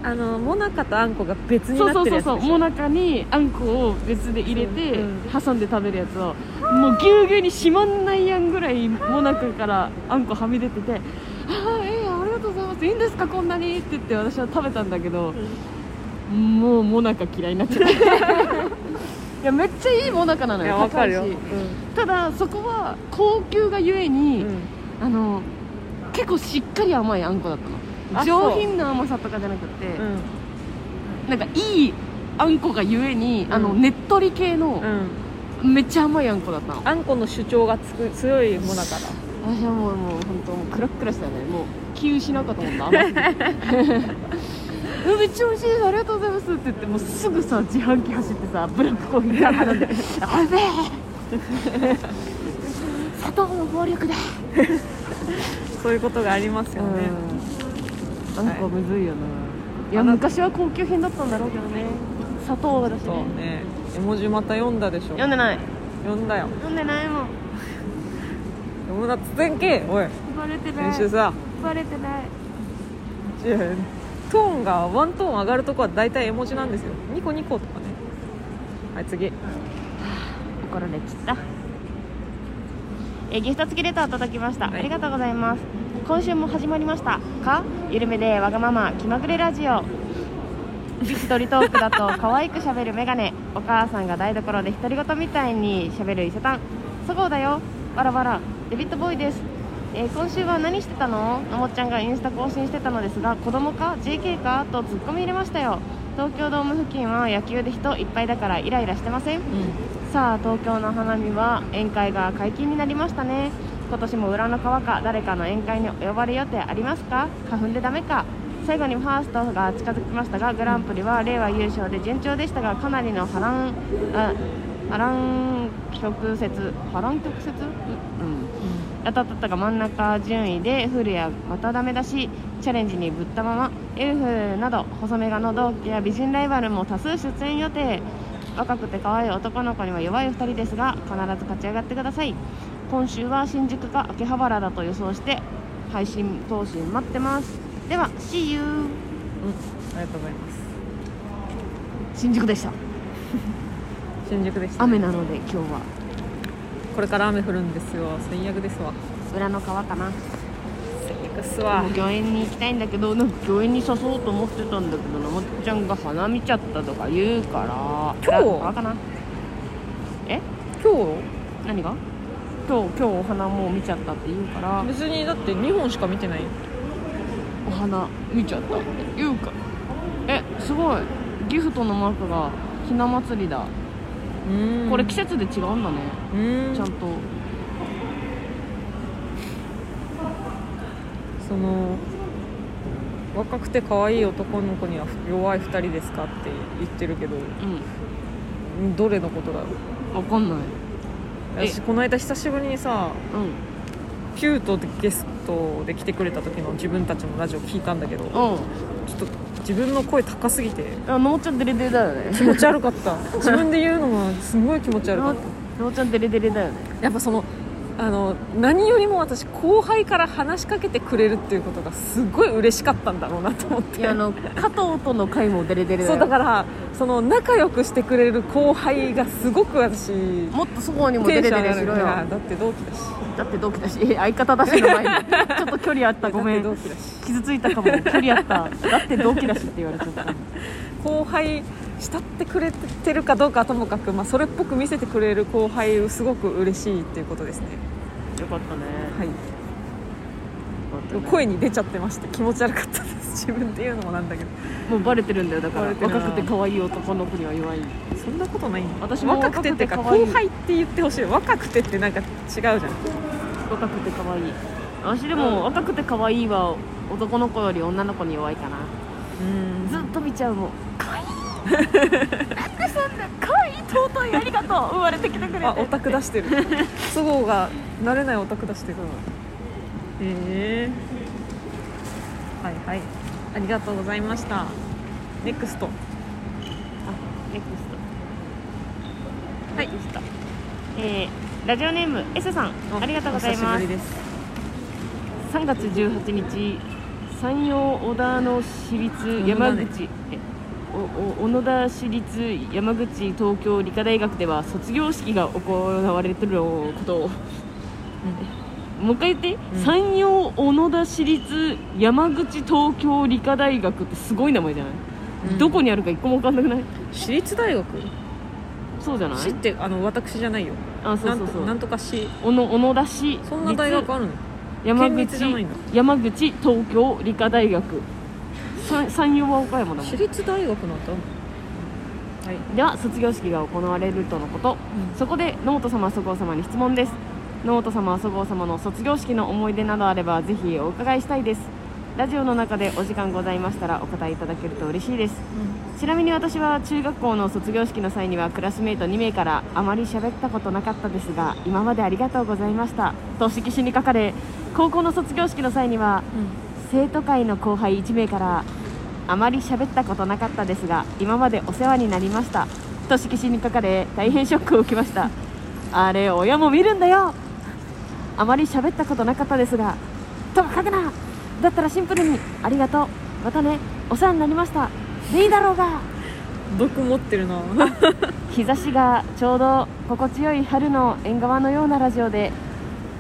Speaker 1: あのモナカとあんこが別に
Speaker 2: そう
Speaker 1: な
Speaker 2: そ
Speaker 1: っ
Speaker 2: う
Speaker 1: てる
Speaker 2: そ
Speaker 1: や
Speaker 2: う
Speaker 1: つでしょ
Speaker 2: そうもなかにあんこを別で入れて、
Speaker 1: うん
Speaker 2: 挟んで食べるやつをもうぎゅうぎゅうにしまんないやんぐらいもなかからあんこはみ出てて「ああええやんありがとうございますいいんですかこんなに」って言って私は食べたんだけど、もうもなか嫌いになってたいやめっちゃ いいもなかなの
Speaker 1: いや
Speaker 2: よ
Speaker 1: わかるよ、
Speaker 2: 高
Speaker 1: う
Speaker 2: い
Speaker 1: ん
Speaker 2: ししただそこは高級がゆえに、あの結構しっかり甘いあんこだった
Speaker 1: あ
Speaker 2: の
Speaker 1: そう
Speaker 2: 上品な甘さとかじゃなくて、
Speaker 1: うん
Speaker 2: なんかいいあんこがゆえに、あの
Speaker 1: うん
Speaker 2: ねっとり系の
Speaker 1: う、ん
Speaker 2: めっちゃ甘いあんこだったの
Speaker 1: あんこの主張がつく強いモナカだ
Speaker 2: 私はもうもう本当もうクラックラしたよねもう気失うかと思った甘すぎて うんめっちゃ美味しいですありがとうございますって言ってもうすぐさ自販機走ってさブラックコーヒーガーッ飲んで「あべえ砂糖の暴力だ!」
Speaker 1: そういうことがありますよね、
Speaker 2: あんこむずいよな、い、や
Speaker 1: あの
Speaker 2: 昔は高級品だったんだろうけどね砂糖だし
Speaker 1: そう
Speaker 2: ね
Speaker 1: ね絵文字また読んだでしょ
Speaker 2: 読んでない
Speaker 1: 読んだよ
Speaker 2: 読んでないもん
Speaker 1: 読むなっつってんけおい
Speaker 2: バレてない
Speaker 1: 先週さ
Speaker 2: バレてない
Speaker 1: いやトーンがワントーン上がるとこは大体絵文字なんですよニコニコとかねはい次
Speaker 2: 怒られちったえーギフト付きレターをいただきました、
Speaker 1: はい
Speaker 2: ありがとうございます今週も始まりましたか緩めでわがまま気まぐれラジオ一人トーク だと可愛く喋るメガネお母さんが台所で独り言みたいに喋る伊勢丹そごうだよバラバラデビットボーイです、えー今週は何してたののもっちゃんがインスタ更新してたのですが子供か JK かとツッコミ入れましたよ東京ドーム付近は野球で人いっぱいだからイライラしてませんさあ東京の花見は宴会が解禁になりましたね今年も裏の川か誰かの宴会にお呼ばれ予定ありますか花粉でダメか最後にファーストが近づきましたがグランプリは令和優勝で順調でしたがかなりの波乱あ波乱曲折波乱曲折うん当たったが真ん中順位でフルやまたダメだしチャレンジにぶったままエルフなど細めがの同期や美人ライバルも多数出演予定若くて可愛い男の子には弱い2人ですが必ず勝ち上がってください今週は新宿か秋葉原だと予想して配信投信待ってますでは See you
Speaker 1: ありがとうございます
Speaker 2: 新宿でした
Speaker 1: 新宿でした
Speaker 2: 雨なので今日は
Speaker 1: これから雨降るんですよ最悪ですわ
Speaker 2: 裏の川かな
Speaker 1: 最悪っす
Speaker 2: で
Speaker 1: わ
Speaker 2: も御苑に行きたいんだけどなんか御苑に誘おうと思ってたんだけどなもっちゃんが花見ちゃったとか言うから
Speaker 1: 今日
Speaker 2: だからかなえ
Speaker 1: 今
Speaker 2: 何が今日今日お花もう見ちゃったって言うから
Speaker 1: 日別にだって2本しか見てない
Speaker 2: お花見ちゃったって言うからえすごいギフトのマークがひな祭りだ、
Speaker 1: うん
Speaker 2: これ季節で違うんだね
Speaker 1: うん
Speaker 2: ちゃんと
Speaker 1: その若くて可愛い男の子には弱い2人ですかって言ってるけど
Speaker 2: う
Speaker 1: どれのことだろ
Speaker 2: んわかんないうえ
Speaker 1: 私この間久しぶりにさ
Speaker 2: う
Speaker 1: キュートでゲストで来てくれた時の自分たちのラジオ聞いたんだけどちょ
Speaker 2: んうん
Speaker 1: っと自分の声高すぎて
Speaker 2: あのもちゃんデレデレだよね
Speaker 1: 気持ち悪かった自分で言うのがすごい気持ち悪かっ
Speaker 2: のもちゃんデレデレだよね
Speaker 1: たやっぱそのあの何よりも私後輩から話しかけてくれるっていうことがすごい嬉しかったんだろうなと思って
Speaker 2: いやあの加藤との会もデレデレだ
Speaker 1: そ
Speaker 2: よ
Speaker 1: うだからその仲良くしてくれる後輩がすごく私
Speaker 2: もっとそこにも
Speaker 1: テ
Speaker 2: デ
Speaker 1: ンシ
Speaker 2: レ
Speaker 1: ョ
Speaker 2: デ
Speaker 1: ン上
Speaker 2: レ
Speaker 1: が
Speaker 2: し
Speaker 1: る
Speaker 2: ろ
Speaker 1: か
Speaker 2: よ
Speaker 1: らだって同期だし
Speaker 2: だって同期だしえ相方だしの前に ちょっと距離あったごめ
Speaker 1: だっ
Speaker 2: ん
Speaker 1: て同期だし
Speaker 2: 傷ついたかも距離あっただって同期だしって言われちゃった
Speaker 1: 後輩慕ってくれてるかどうかはともかく、まあ、それっぽく見せてくれる後輩をすごく嬉しいっていうことですね、
Speaker 2: よかったね
Speaker 1: はい、
Speaker 2: よかったね
Speaker 1: 声に出ちゃってまして気持ち悪かったです 自分で言うのもなんだけど
Speaker 2: もうバレてるんだよだから
Speaker 1: バレてるな
Speaker 2: 若くて可愛い男の子には弱い
Speaker 1: そんなことないんだ
Speaker 2: 私も
Speaker 1: 若くてっていうか
Speaker 2: 若くて可愛い
Speaker 1: 後輩って言ってほしい若くてってなんか違うじゃん
Speaker 2: 若くて可愛い私でも、若くて可愛いは男の子より女の子に弱いかな
Speaker 1: うん
Speaker 2: ずっと見ちゃうもん可愛いックさんだかい尊いありがとう生まれてきてくれて
Speaker 1: あオタク出してる都合が慣れないオタク出してるええはいはいありがとうございましたネクスト
Speaker 2: あネクスト
Speaker 1: はい
Speaker 2: ネクストえー、ラジオネーム S さんありがとうござい
Speaker 1: お
Speaker 2: ま
Speaker 1: 久し
Speaker 2: す
Speaker 1: ぶりです
Speaker 2: 3月18日山陽小田の市立山口、えおお小野田市立山口東京理科大学では卒業式が行われてることをもう一回言って、
Speaker 1: うん
Speaker 2: 山陽小野田市立山口東京理科大学ってすごい名前じゃない、
Speaker 1: うん
Speaker 2: どこにあるか一個も分かんなくない
Speaker 1: 私立大学
Speaker 2: そうじゃない
Speaker 1: 市ってあの私じゃないよ
Speaker 2: あそうそ
Speaker 1: な
Speaker 2: うそ
Speaker 1: んとなん
Speaker 2: う
Speaker 1: とか市
Speaker 2: 小野小野田市
Speaker 1: そんな大学あるの
Speaker 2: 山
Speaker 1: 県立
Speaker 2: 口
Speaker 1: じゃないんだ
Speaker 2: 山口東京理科大学さ山陽は岡山だもん
Speaker 1: 私立大学なんてあるのはい
Speaker 2: では卒業式が行われるとのこと、
Speaker 1: うん
Speaker 2: そこで野本様そごう様に質問です野本様そごう様の卒業式の思い出などあればぜひお伺いしたいですラジオの中でお時間ございましたらお答えいただけると嬉しいですちなみに私は中学校の卒業式の際にはクラスメート2名からあまり喋ったことなかったですが今までありがとうございましたと色紙に書かれ高校の卒業式の際には生徒会の後輩1名からあまり喋ったことなかったですが今までお世話になりましたと色紙に書かれ大変ショックを受けましたあれ親も見るんだよあまり喋ったことなかったですがとか書くなだったらシンプルにありがとうまたねお世話になりましたでいいだろうが
Speaker 1: うん毒持ってるな
Speaker 2: 日差しがちょうど心地よい春の縁側のようなラジオで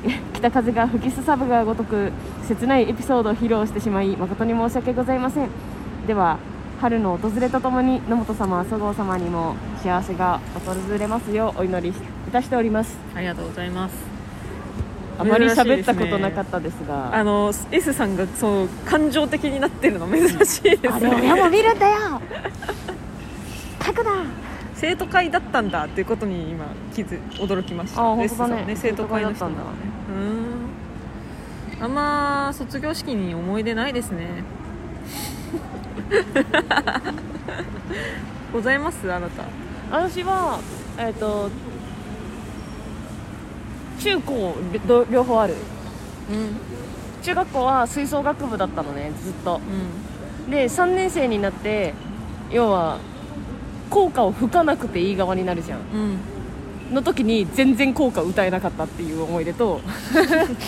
Speaker 2: 北風が吹きすさぶがごとく切ないエピソードを披露してしまい誠に申し訳ございませんでは春の訪れとともに野本様そごう様にも幸せが訪れますようお祈りいたしております
Speaker 1: ありがとうございます
Speaker 2: あまり
Speaker 1: 珍しいですね
Speaker 2: 喋ったことなかったですが
Speaker 1: あの S さんがそう感情的になってるの珍しいです
Speaker 2: あれ親
Speaker 1: ね
Speaker 2: も見るんだよ書くな
Speaker 1: 生徒会だったんだっていうことに今気づ驚きました
Speaker 2: あ本当だね
Speaker 1: S さんね生徒会の人
Speaker 2: 生徒会だ
Speaker 1: うーんあんま卒業式に思い出ないです ねございますあなた
Speaker 2: 私はえっ、と中高ど両方ある
Speaker 1: うん
Speaker 2: 中学校は吹奏楽部だったのねずっとで3年生になって要は校歌を吹かなくていい側になるじゃん
Speaker 1: うんうん
Speaker 2: の時に全然校歌歌えなかったっていう思い出と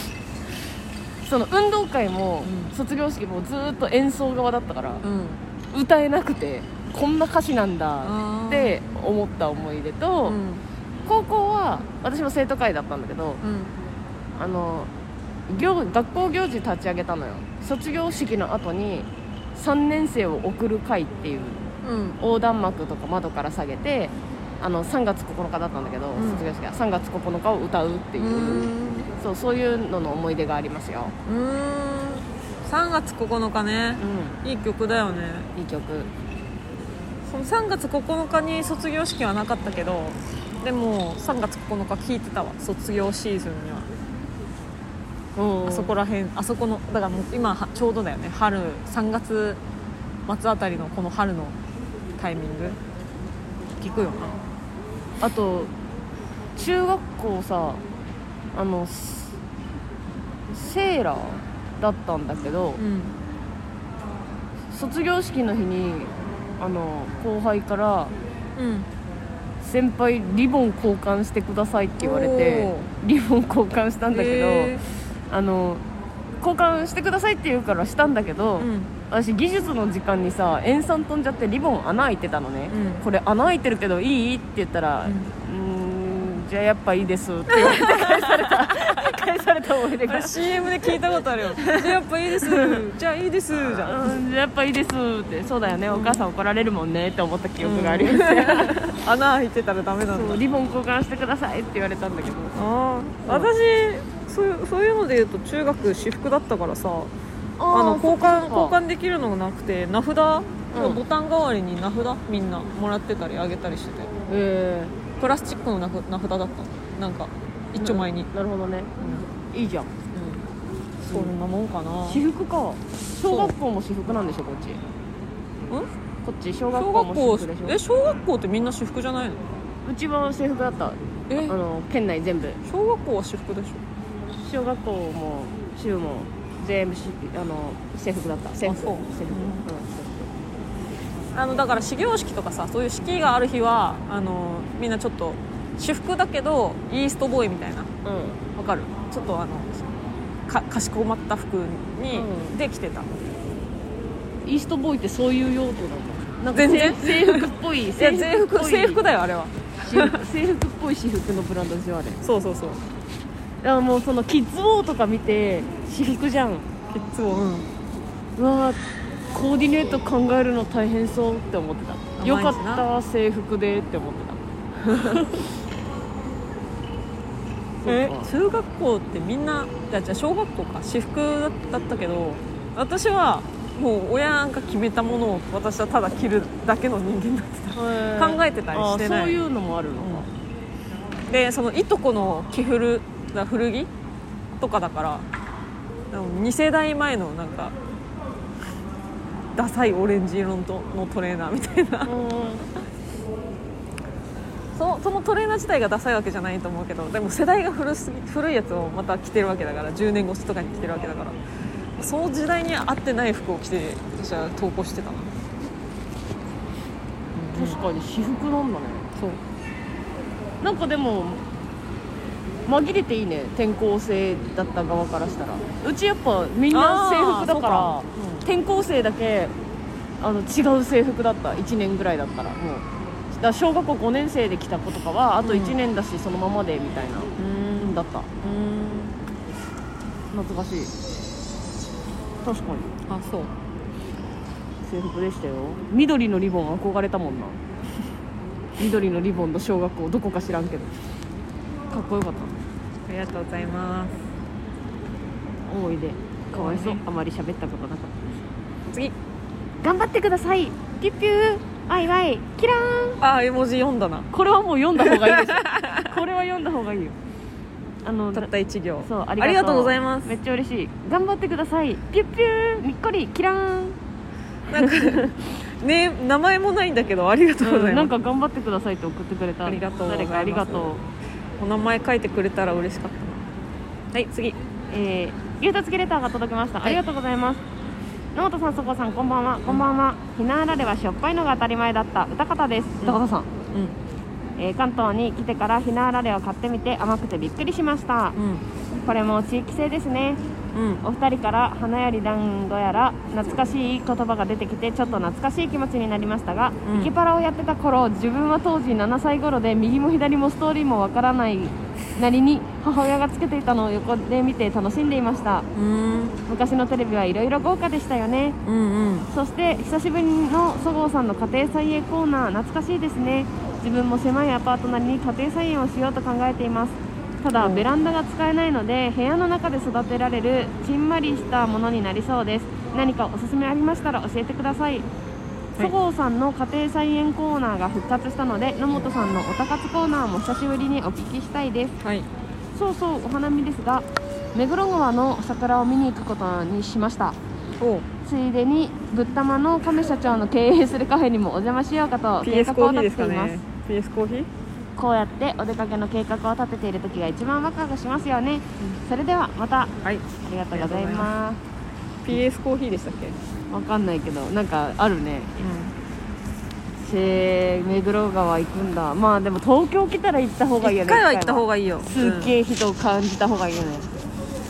Speaker 2: その運動会も
Speaker 1: うん
Speaker 2: 卒業式もずっと演奏側だったから
Speaker 1: うん
Speaker 2: 歌えなくてこんな歌詞なんだ
Speaker 1: あー
Speaker 2: って思った思い出
Speaker 1: う
Speaker 2: と、
Speaker 1: ん
Speaker 2: 高校は私も生徒会だったんだけど
Speaker 1: うん
Speaker 2: あの行学校行事立ち上げたのよ卒業式の後に3年生を送る会っていう
Speaker 1: うん
Speaker 2: 横断幕とか窓から下げてあの3月9日だったんだけど、
Speaker 1: うん
Speaker 2: 卒業式は3月9日を歌うっていうう、
Speaker 1: ん
Speaker 2: そうそういうのの思い出がありますよ、
Speaker 1: うーん3月9日ね
Speaker 2: う
Speaker 1: いい曲だよね
Speaker 2: ん、いい曲
Speaker 1: その3月9日に卒業式はなかったけどでも3月9日聴いてたわ卒業シーズンにはあ
Speaker 2: あ
Speaker 1: そこら辺あそこのだからもう今はちょうどだよね春3月末あたりのこの春のタイミング聞くよな
Speaker 2: あと中学校さあのすセーラーだったんだけど、
Speaker 1: うん
Speaker 2: 卒業式の日にあの後輩から
Speaker 1: うん
Speaker 2: 「先輩リボン交換してください」って言われてリボン交換したんだけど、
Speaker 1: へ
Speaker 2: あの交換してくださいって言うからしたんだけど、
Speaker 1: ーうん
Speaker 2: 私技術の時間にさ塩酸飛んじゃってリボン穴開いてたのね、
Speaker 1: うん
Speaker 2: これ穴開いてるけどいいって言ったら
Speaker 1: う
Speaker 2: 「う
Speaker 1: ん
Speaker 2: ーんじゃあやっぱいいです」って言われて返された 返された思い出
Speaker 1: あ
Speaker 2: が
Speaker 1: れ CM で聞いたことあるよじゃあ やっぱいいですじゃあいいですじ
Speaker 2: う
Speaker 1: ゃん
Speaker 2: んじゃあやっぱいいですってそうだよね、お母さん怒られるもんねって思った記憶があります、
Speaker 1: うん穴開いてたらダメなん
Speaker 2: そう
Speaker 1: だ
Speaker 2: リボン交換してくださいって言われたんだけど
Speaker 1: ああ
Speaker 2: うん
Speaker 1: 私そういうそういうので言うと中学私服だったからさあ
Speaker 2: あ
Speaker 1: の交換交
Speaker 2: 換
Speaker 1: 換できるのがなくて名札、
Speaker 2: うん
Speaker 1: ボタン代わりに名札みんなもらってたりあげたりしてて
Speaker 2: え
Speaker 1: プラスチックの名札名札だったのなんか
Speaker 2: え
Speaker 1: 一丁前に、うん
Speaker 2: なるほどねいいじゃん
Speaker 1: そんなもんかな
Speaker 2: 私服か小学校も私服なんでしょこっち
Speaker 1: う
Speaker 2: ここっち小学
Speaker 1: 小
Speaker 2: 校も
Speaker 1: 学校
Speaker 2: 私服で
Speaker 1: え
Speaker 2: しょ
Speaker 1: 小学校ってみんな私服じゃないの
Speaker 2: うちは制服だったあ
Speaker 1: え
Speaker 2: の県内全部
Speaker 1: 小学校は私服でしょ
Speaker 2: 小学校も中も全部しあの制服だった制服
Speaker 1: そう
Speaker 2: 制服、
Speaker 1: うん
Speaker 2: うん
Speaker 1: あのだから始業式とかさそういう式がある日はあのみんなちょっと私服だけどイーストボーイみたいなわかるちょっとあのかかしこまった服に、
Speaker 2: うん
Speaker 1: で着てた
Speaker 2: イーストボーイってそういう用途なんだなんか
Speaker 1: 全然
Speaker 2: 制制服っぽい
Speaker 1: いや制服制服だ
Speaker 2: よ
Speaker 1: よあれは
Speaker 2: 制服っぽい私服のブランドですよあれ
Speaker 1: そうそうそう
Speaker 2: あもうそのキッズウォーとか見て私服じゃん
Speaker 1: いつもうん
Speaker 2: うわーコーディネート考えるの大変そうって思ってたよ
Speaker 1: 甘いし
Speaker 2: か
Speaker 1: な
Speaker 2: った制服でって思ってた
Speaker 1: え
Speaker 2: そうか
Speaker 1: 中学校ってみんないやじゃあ小学校か私服だったけど私はもう親が決めたものを私はただ着るだけの人間だって
Speaker 2: へ
Speaker 1: た
Speaker 2: ー
Speaker 1: 考えてたりしてない
Speaker 2: あーそういうのもあるのか、
Speaker 1: でそのいとこの着古だ古着とかだから2世代前のなんかダサいオレンジ色のとのトレーナーみたいなそのそのトレーナー自体がダサいわけじゃないと思うけどでも世代が古すぎ古いやつをまた着てるわけだから10年越しとかに着てるわけだからその時代に合ってない服を着て私は投稿してたな
Speaker 2: 確かに私服なんだね
Speaker 1: そう
Speaker 2: なんかでも紛れていいね転校生だった側からしたらうちやっぱみんな制服だから
Speaker 1: あーそうか
Speaker 2: 転校生だけあの違う制服だった1年ぐらいだったらもうだから小学校5年生で来た子とかはあと
Speaker 1: うん
Speaker 2: 1年だしそのままでみたいな、
Speaker 1: う
Speaker 2: うん、
Speaker 1: ん
Speaker 2: だった
Speaker 1: うん
Speaker 2: 懐かしい確かに
Speaker 1: あそう
Speaker 2: 制服でしたよ緑のリボン憧れた もんな緑のリボンの小学校どこか知らんけどかっこよかっ
Speaker 1: あ
Speaker 2: た
Speaker 1: りがとうございます
Speaker 2: 思い出かわいそう
Speaker 1: 思い
Speaker 2: あまり喋ったことなかっ
Speaker 1: 次
Speaker 2: た頑張ってくださいピュッピューワイワイキラーン
Speaker 1: ああ絵文字読んだな
Speaker 2: これはもう読んだ方がいいです これは読んだ方がいいよあの
Speaker 1: たった1行
Speaker 2: そうあ
Speaker 1: あ
Speaker 2: り
Speaker 1: り
Speaker 2: が
Speaker 1: が
Speaker 2: とう
Speaker 1: とうございます
Speaker 2: めっちゃ嬉しい頑張ってくださいピュッピューにっこりキラーン
Speaker 1: なんかね名前もないんだけどありがとうござ
Speaker 2: う
Speaker 1: い
Speaker 2: ん
Speaker 1: ま
Speaker 2: な
Speaker 1: す、
Speaker 2: んか頑張ってくださいって送ってくれた
Speaker 1: ありがとうございま
Speaker 2: 誰
Speaker 1: す
Speaker 2: かありがとう
Speaker 1: お名前書いてくれたら嬉しかったはい次
Speaker 2: えー、ゆうたつきレターが届きました、
Speaker 1: はい
Speaker 2: ありがとうございます野本さんそこさんこんばんはこんばんはひなあられはしょっぱいのが当たり前だった歌方です
Speaker 1: うん
Speaker 2: 歌方さん
Speaker 1: う
Speaker 2: えー関東に来てからひなあられを買ってみて甘くてびっくりしました
Speaker 1: ん
Speaker 2: これも地域性ですね
Speaker 1: うんうん
Speaker 2: お二人から花より団子やら懐かしい言葉が出てきてちょっと懐かしい気持ちになりましたが、
Speaker 1: うん
Speaker 2: イケパラをやってた頃自分は当時7歳頃で右も左もストーリーもわからないなりに母親がつけていたのを横で見て楽しんでいました
Speaker 1: うん
Speaker 2: 昔のテレビはいろいろ豪華でしたよね
Speaker 1: うんうん
Speaker 2: そして久しぶりのそごうさんの家庭菜園コーナー懐かしいですね自分も狭いアパートなりに家庭菜園をしようと考えていますただ
Speaker 1: うん
Speaker 2: ベランダが使えないので部屋の中で育てられるちんまりしたものになりそうです何かおすすめありましたら教えてください
Speaker 1: はい
Speaker 2: そごうさんの家庭菜園コーナーが復活したので野本さんのおたかつコーナーも久しぶりにお聞きしたいです
Speaker 1: はい
Speaker 2: そうそうお花見ですが目黒川の桜を見に行くことにしました
Speaker 1: お
Speaker 2: ついでにぶったまの亀社長の経営するカフェにもお邪魔しようかと計
Speaker 1: PS
Speaker 2: 画
Speaker 1: コー
Speaker 2: を
Speaker 1: ヒーです
Speaker 2: 立て
Speaker 1: か
Speaker 2: ています
Speaker 1: ね PS コーヒー
Speaker 2: こうやってお出かけの計画を立てている時が一番ワクワクしますよね、それではまたあ
Speaker 1: はい
Speaker 2: りがとうございます
Speaker 1: PS コーヒーでしたっけう
Speaker 2: わかんないけどなんかあるね
Speaker 1: ん
Speaker 2: せー目黒川行くんだまあでも東京来たら行った方がいいよ
Speaker 1: 一
Speaker 2: ね
Speaker 1: 回は行った方がいいよ
Speaker 2: すっげえ人を感じた方がいいよね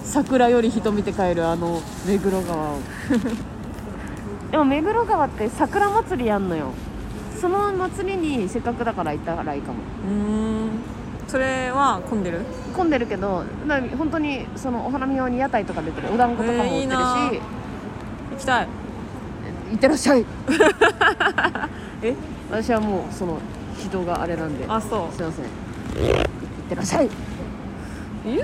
Speaker 2: 桜より人見て帰るあの目黒川を でも目黒川って桜祭りやんのよその祭りにせっかくだから行ったらいいかも
Speaker 1: うんうーんそれは混んでる
Speaker 2: 混んでるけどな本当にそのお花見用に屋台とか出てるお団子とかも売ってる
Speaker 1: えーい
Speaker 2: し、
Speaker 1: いな行きたい
Speaker 2: 行ってらっしゃ い
Speaker 1: え
Speaker 2: 私はもうその人があれなんで
Speaker 1: あそ
Speaker 2: すいません行ってらっしゃいう
Speaker 1: ゆ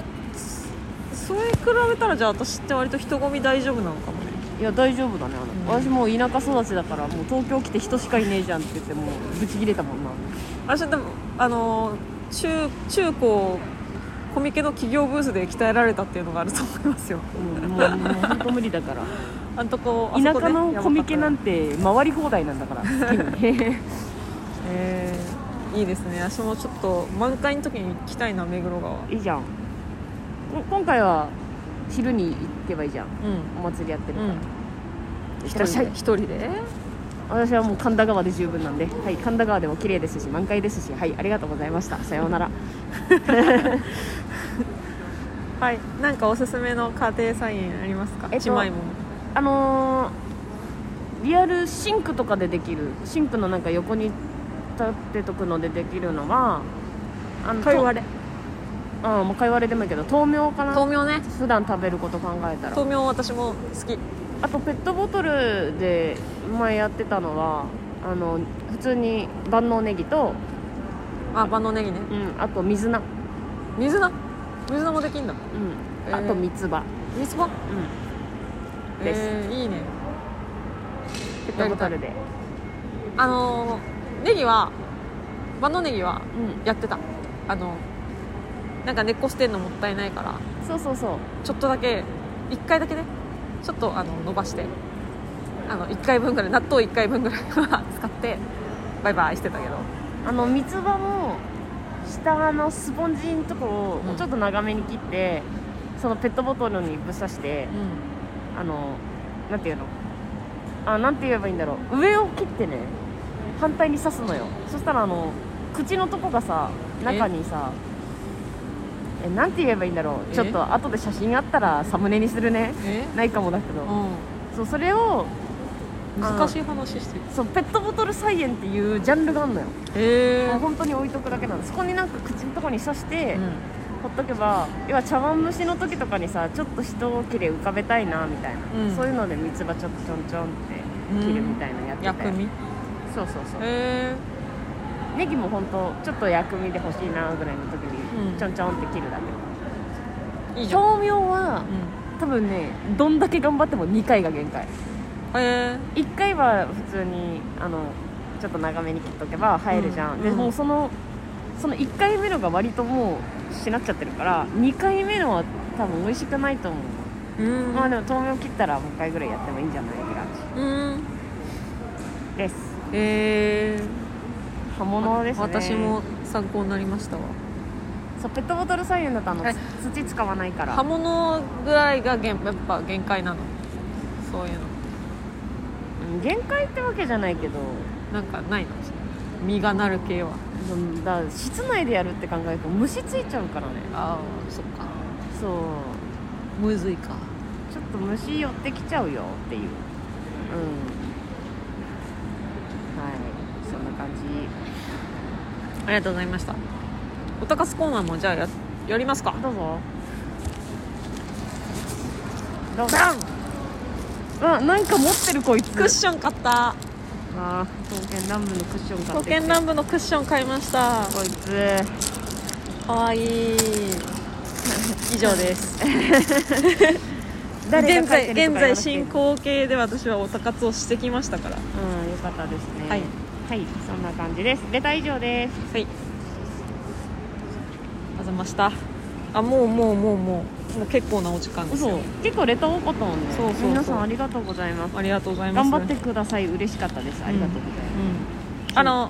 Speaker 1: それ比べたらじゃあ私って割と人混み大丈夫なのかもね
Speaker 2: いや大丈夫だねあの、
Speaker 1: うん
Speaker 2: 私もう田舎育ちだからもう東京来て人しかいねえじゃんって言ってもうブチ切れたもんな
Speaker 1: 私でもあのー中中高コミケの企業ブースで鍛えられたっていうのがあると思います よ
Speaker 2: もうもうもう本当無理だから
Speaker 1: あんとこあそ
Speaker 2: 田
Speaker 1: こね
Speaker 2: 舎のコミケなん
Speaker 1: て、
Speaker 2: て回り放題なんだから好きに
Speaker 1: えーいいですね私もちょっと満開の時に行きたいな目黒川
Speaker 2: いいじゃんこ今回は昼に行けばいいじゃん
Speaker 1: う
Speaker 2: お祭りやってる
Speaker 1: んう
Speaker 2: か
Speaker 1: ん
Speaker 2: ら、一人で
Speaker 1: 一人で
Speaker 2: 私はもう神田川で十分なんで、はい、神田川でも綺麗ですし満開ですしはいありがとうございましたさようなら
Speaker 1: はいなんかおすすめの家庭菜園ありますか
Speaker 2: えっと
Speaker 1: ちまいも
Speaker 2: あのーリアルシンクとかでできるシンクのなんか横に立ってとくのでできるのはあのと
Speaker 1: れ
Speaker 2: うんもうかいわれでもいいけど豆苗かな
Speaker 1: 豆苗ね
Speaker 2: 普段食べること考えたら
Speaker 1: 豆苗私も好き
Speaker 2: あとペットボトルで前やってたのはあの普通に万能ネギと、
Speaker 1: あ万能ネギね
Speaker 2: うん、あと水菜、
Speaker 1: 水菜水菜もできんだ
Speaker 2: う
Speaker 1: え
Speaker 2: ん、
Speaker 1: ー
Speaker 2: あと三つ葉、
Speaker 1: 水菜
Speaker 2: うです
Speaker 1: えーいいね
Speaker 2: ん、ペットボトルで、
Speaker 1: あのーネギは万能ネギは
Speaker 2: う
Speaker 1: やってたあのなんか根っこ捨てんのもったいないから
Speaker 2: ん、そうそうそう
Speaker 1: ちょっとだけ1回だけねちょっとあの伸ばしてあの1回分ぐらい納豆1回分ぐらいは使ってバイバイしてたけど
Speaker 2: あの三つ葉も下のスポンジのところを
Speaker 1: うん
Speaker 2: ちょっと長めに切って、そのペットボトルにぶっ刺してあのなんていうのあなんて言えばいいんだろう上を切ってね反対に刺すのよそしたらあの口のとこがさ中にさえなんて言えばいいんだろう
Speaker 1: え
Speaker 2: ちょっと後で写真あったらサムネにするね
Speaker 1: え
Speaker 2: ないかもだけど、
Speaker 1: う
Speaker 2: そうそれを
Speaker 1: ん難しい話してる
Speaker 2: そうペットボトル菜園っていうジャンルがあるのよ
Speaker 1: へ
Speaker 2: もう本当に置いとくだけなのそこになんか口のとこに刺して、
Speaker 1: う
Speaker 2: ほっとけば要は茶碗蒸しの時とかにさちょっと一切れ浮かべたいなみたいな、
Speaker 1: うん
Speaker 2: そういうので三つ葉ちょっとちょんちょんって切るみたいなのやっ
Speaker 1: ん
Speaker 2: てて、
Speaker 1: 薬味へ
Speaker 2: そうそうそう
Speaker 1: え
Speaker 2: ネギも本当ちょっと薬味で欲しいなぐらいの時
Speaker 1: うん
Speaker 2: にちょんちょんって切るだけ、
Speaker 1: いいじゃんう
Speaker 2: 豆苗は
Speaker 1: ん
Speaker 2: 多分ねどんだけ頑張っても2回が限界
Speaker 1: へえ
Speaker 2: 1回は普通にあのちょっと長めに切っとけば生えるじゃん、
Speaker 1: うん
Speaker 2: で
Speaker 1: うん
Speaker 2: もうそのその1回目のが割ともうしなっちゃってるから2回目のは多分美味しくないと思う、
Speaker 1: うん
Speaker 2: まあでも豆苗切ったらもう1回ぐらいやってもいいんじゃないって感
Speaker 1: うん
Speaker 2: じです
Speaker 1: へえ
Speaker 2: 葉物ですね
Speaker 1: 私も参考になりましたわ
Speaker 2: そうペットボトル菜園だとあの
Speaker 1: はい
Speaker 2: つ土使わないから
Speaker 1: 刃物ぐらいが限やっぱ限界なのそういうの
Speaker 2: うん限界ってわけじゃないけど
Speaker 1: なんかないの実がなる系は
Speaker 2: うんだから室内でやるって考えると虫ついちゃうからね
Speaker 1: ああそっか
Speaker 2: そう
Speaker 1: むずいか
Speaker 2: ちょっと虫寄ってきちゃうよっていううんはいそんな感じ
Speaker 1: ありがとうございましたおたかすコーナーもじゃあややりますか
Speaker 2: どうぞどうぞ
Speaker 1: ダン
Speaker 2: あなんか持ってる子いつ
Speaker 1: クッション買った
Speaker 2: あ刀剣乱舞のクッション買っ
Speaker 1: 刀
Speaker 2: てき
Speaker 1: 剣乱舞のクッション買いました
Speaker 2: こいつ
Speaker 1: かわいい以上です
Speaker 2: 誰
Speaker 1: 現
Speaker 2: が書い
Speaker 1: 在
Speaker 2: てるとか言
Speaker 1: 現
Speaker 2: わ
Speaker 1: 在
Speaker 2: なくていい
Speaker 1: 進行形で私はおたかつをしてきましたから
Speaker 2: うんよかったですね
Speaker 1: はい、
Speaker 2: はい、そんな感じですレター以上です
Speaker 1: はいありがとうございましたあもうもうもうもうもう結構なお時間です
Speaker 2: 嘘
Speaker 1: よ
Speaker 2: 結構レター多かったもんね
Speaker 1: そうそうそう
Speaker 2: 皆さんありがとうございます
Speaker 1: ありがとうございます
Speaker 2: 頑張ってください嬉しかったですありがとうございます、
Speaker 1: うんあの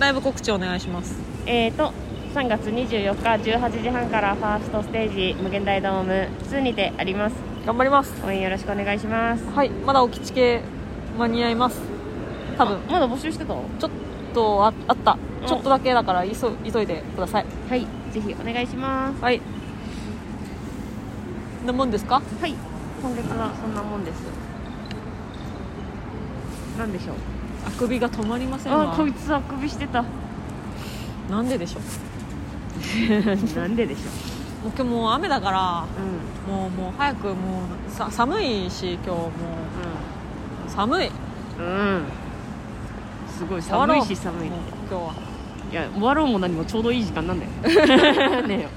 Speaker 1: ライブ告知お願いします
Speaker 2: えーと3月24日18時半からファーストステージ無限大ドーム2にてあります
Speaker 1: 頑張ります
Speaker 2: 応援よろしくお願いします
Speaker 1: はいまだおきち系間に合います多分
Speaker 2: まだ募集してたは
Speaker 1: ちょっとああった
Speaker 2: うん
Speaker 1: ちょっとだけだから急急いでください
Speaker 2: いぜひお願いします
Speaker 1: はいなもんですか
Speaker 2: はい今月はそんなもんですなんでしょう
Speaker 1: あくびが止まりません
Speaker 2: あ
Speaker 1: わ
Speaker 2: こいつあくびしてた
Speaker 1: なんででしょう
Speaker 2: なんででしょ
Speaker 1: もう今日もう雨だから
Speaker 2: ううん
Speaker 1: も
Speaker 2: うん
Speaker 1: うもう早くもうさ寒いし今日もう寒い
Speaker 2: うんすごい
Speaker 1: 終わろ
Speaker 2: 寒
Speaker 1: う
Speaker 2: いし寒い
Speaker 1: もう今日はい
Speaker 2: や終わろうも何もちょうどいい時間なんだよ ねえよ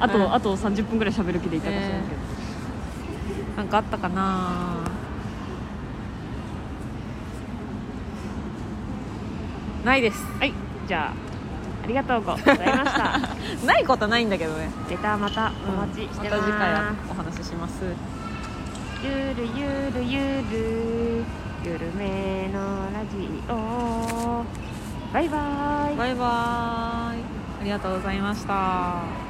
Speaker 2: あと、
Speaker 1: うん
Speaker 2: あと30分ぐらい喋る気でいたかもしれないけど、
Speaker 1: なんかあったかなないです
Speaker 2: はいじゃあありがとうございました
Speaker 1: ないことはないんだけどね
Speaker 2: レターまたお待ちしてま
Speaker 1: ま
Speaker 2: す、
Speaker 1: た次回お話しします
Speaker 2: ゆるゆるゆるゆるめのラジオバイバイ
Speaker 1: バイバーイありがとうございました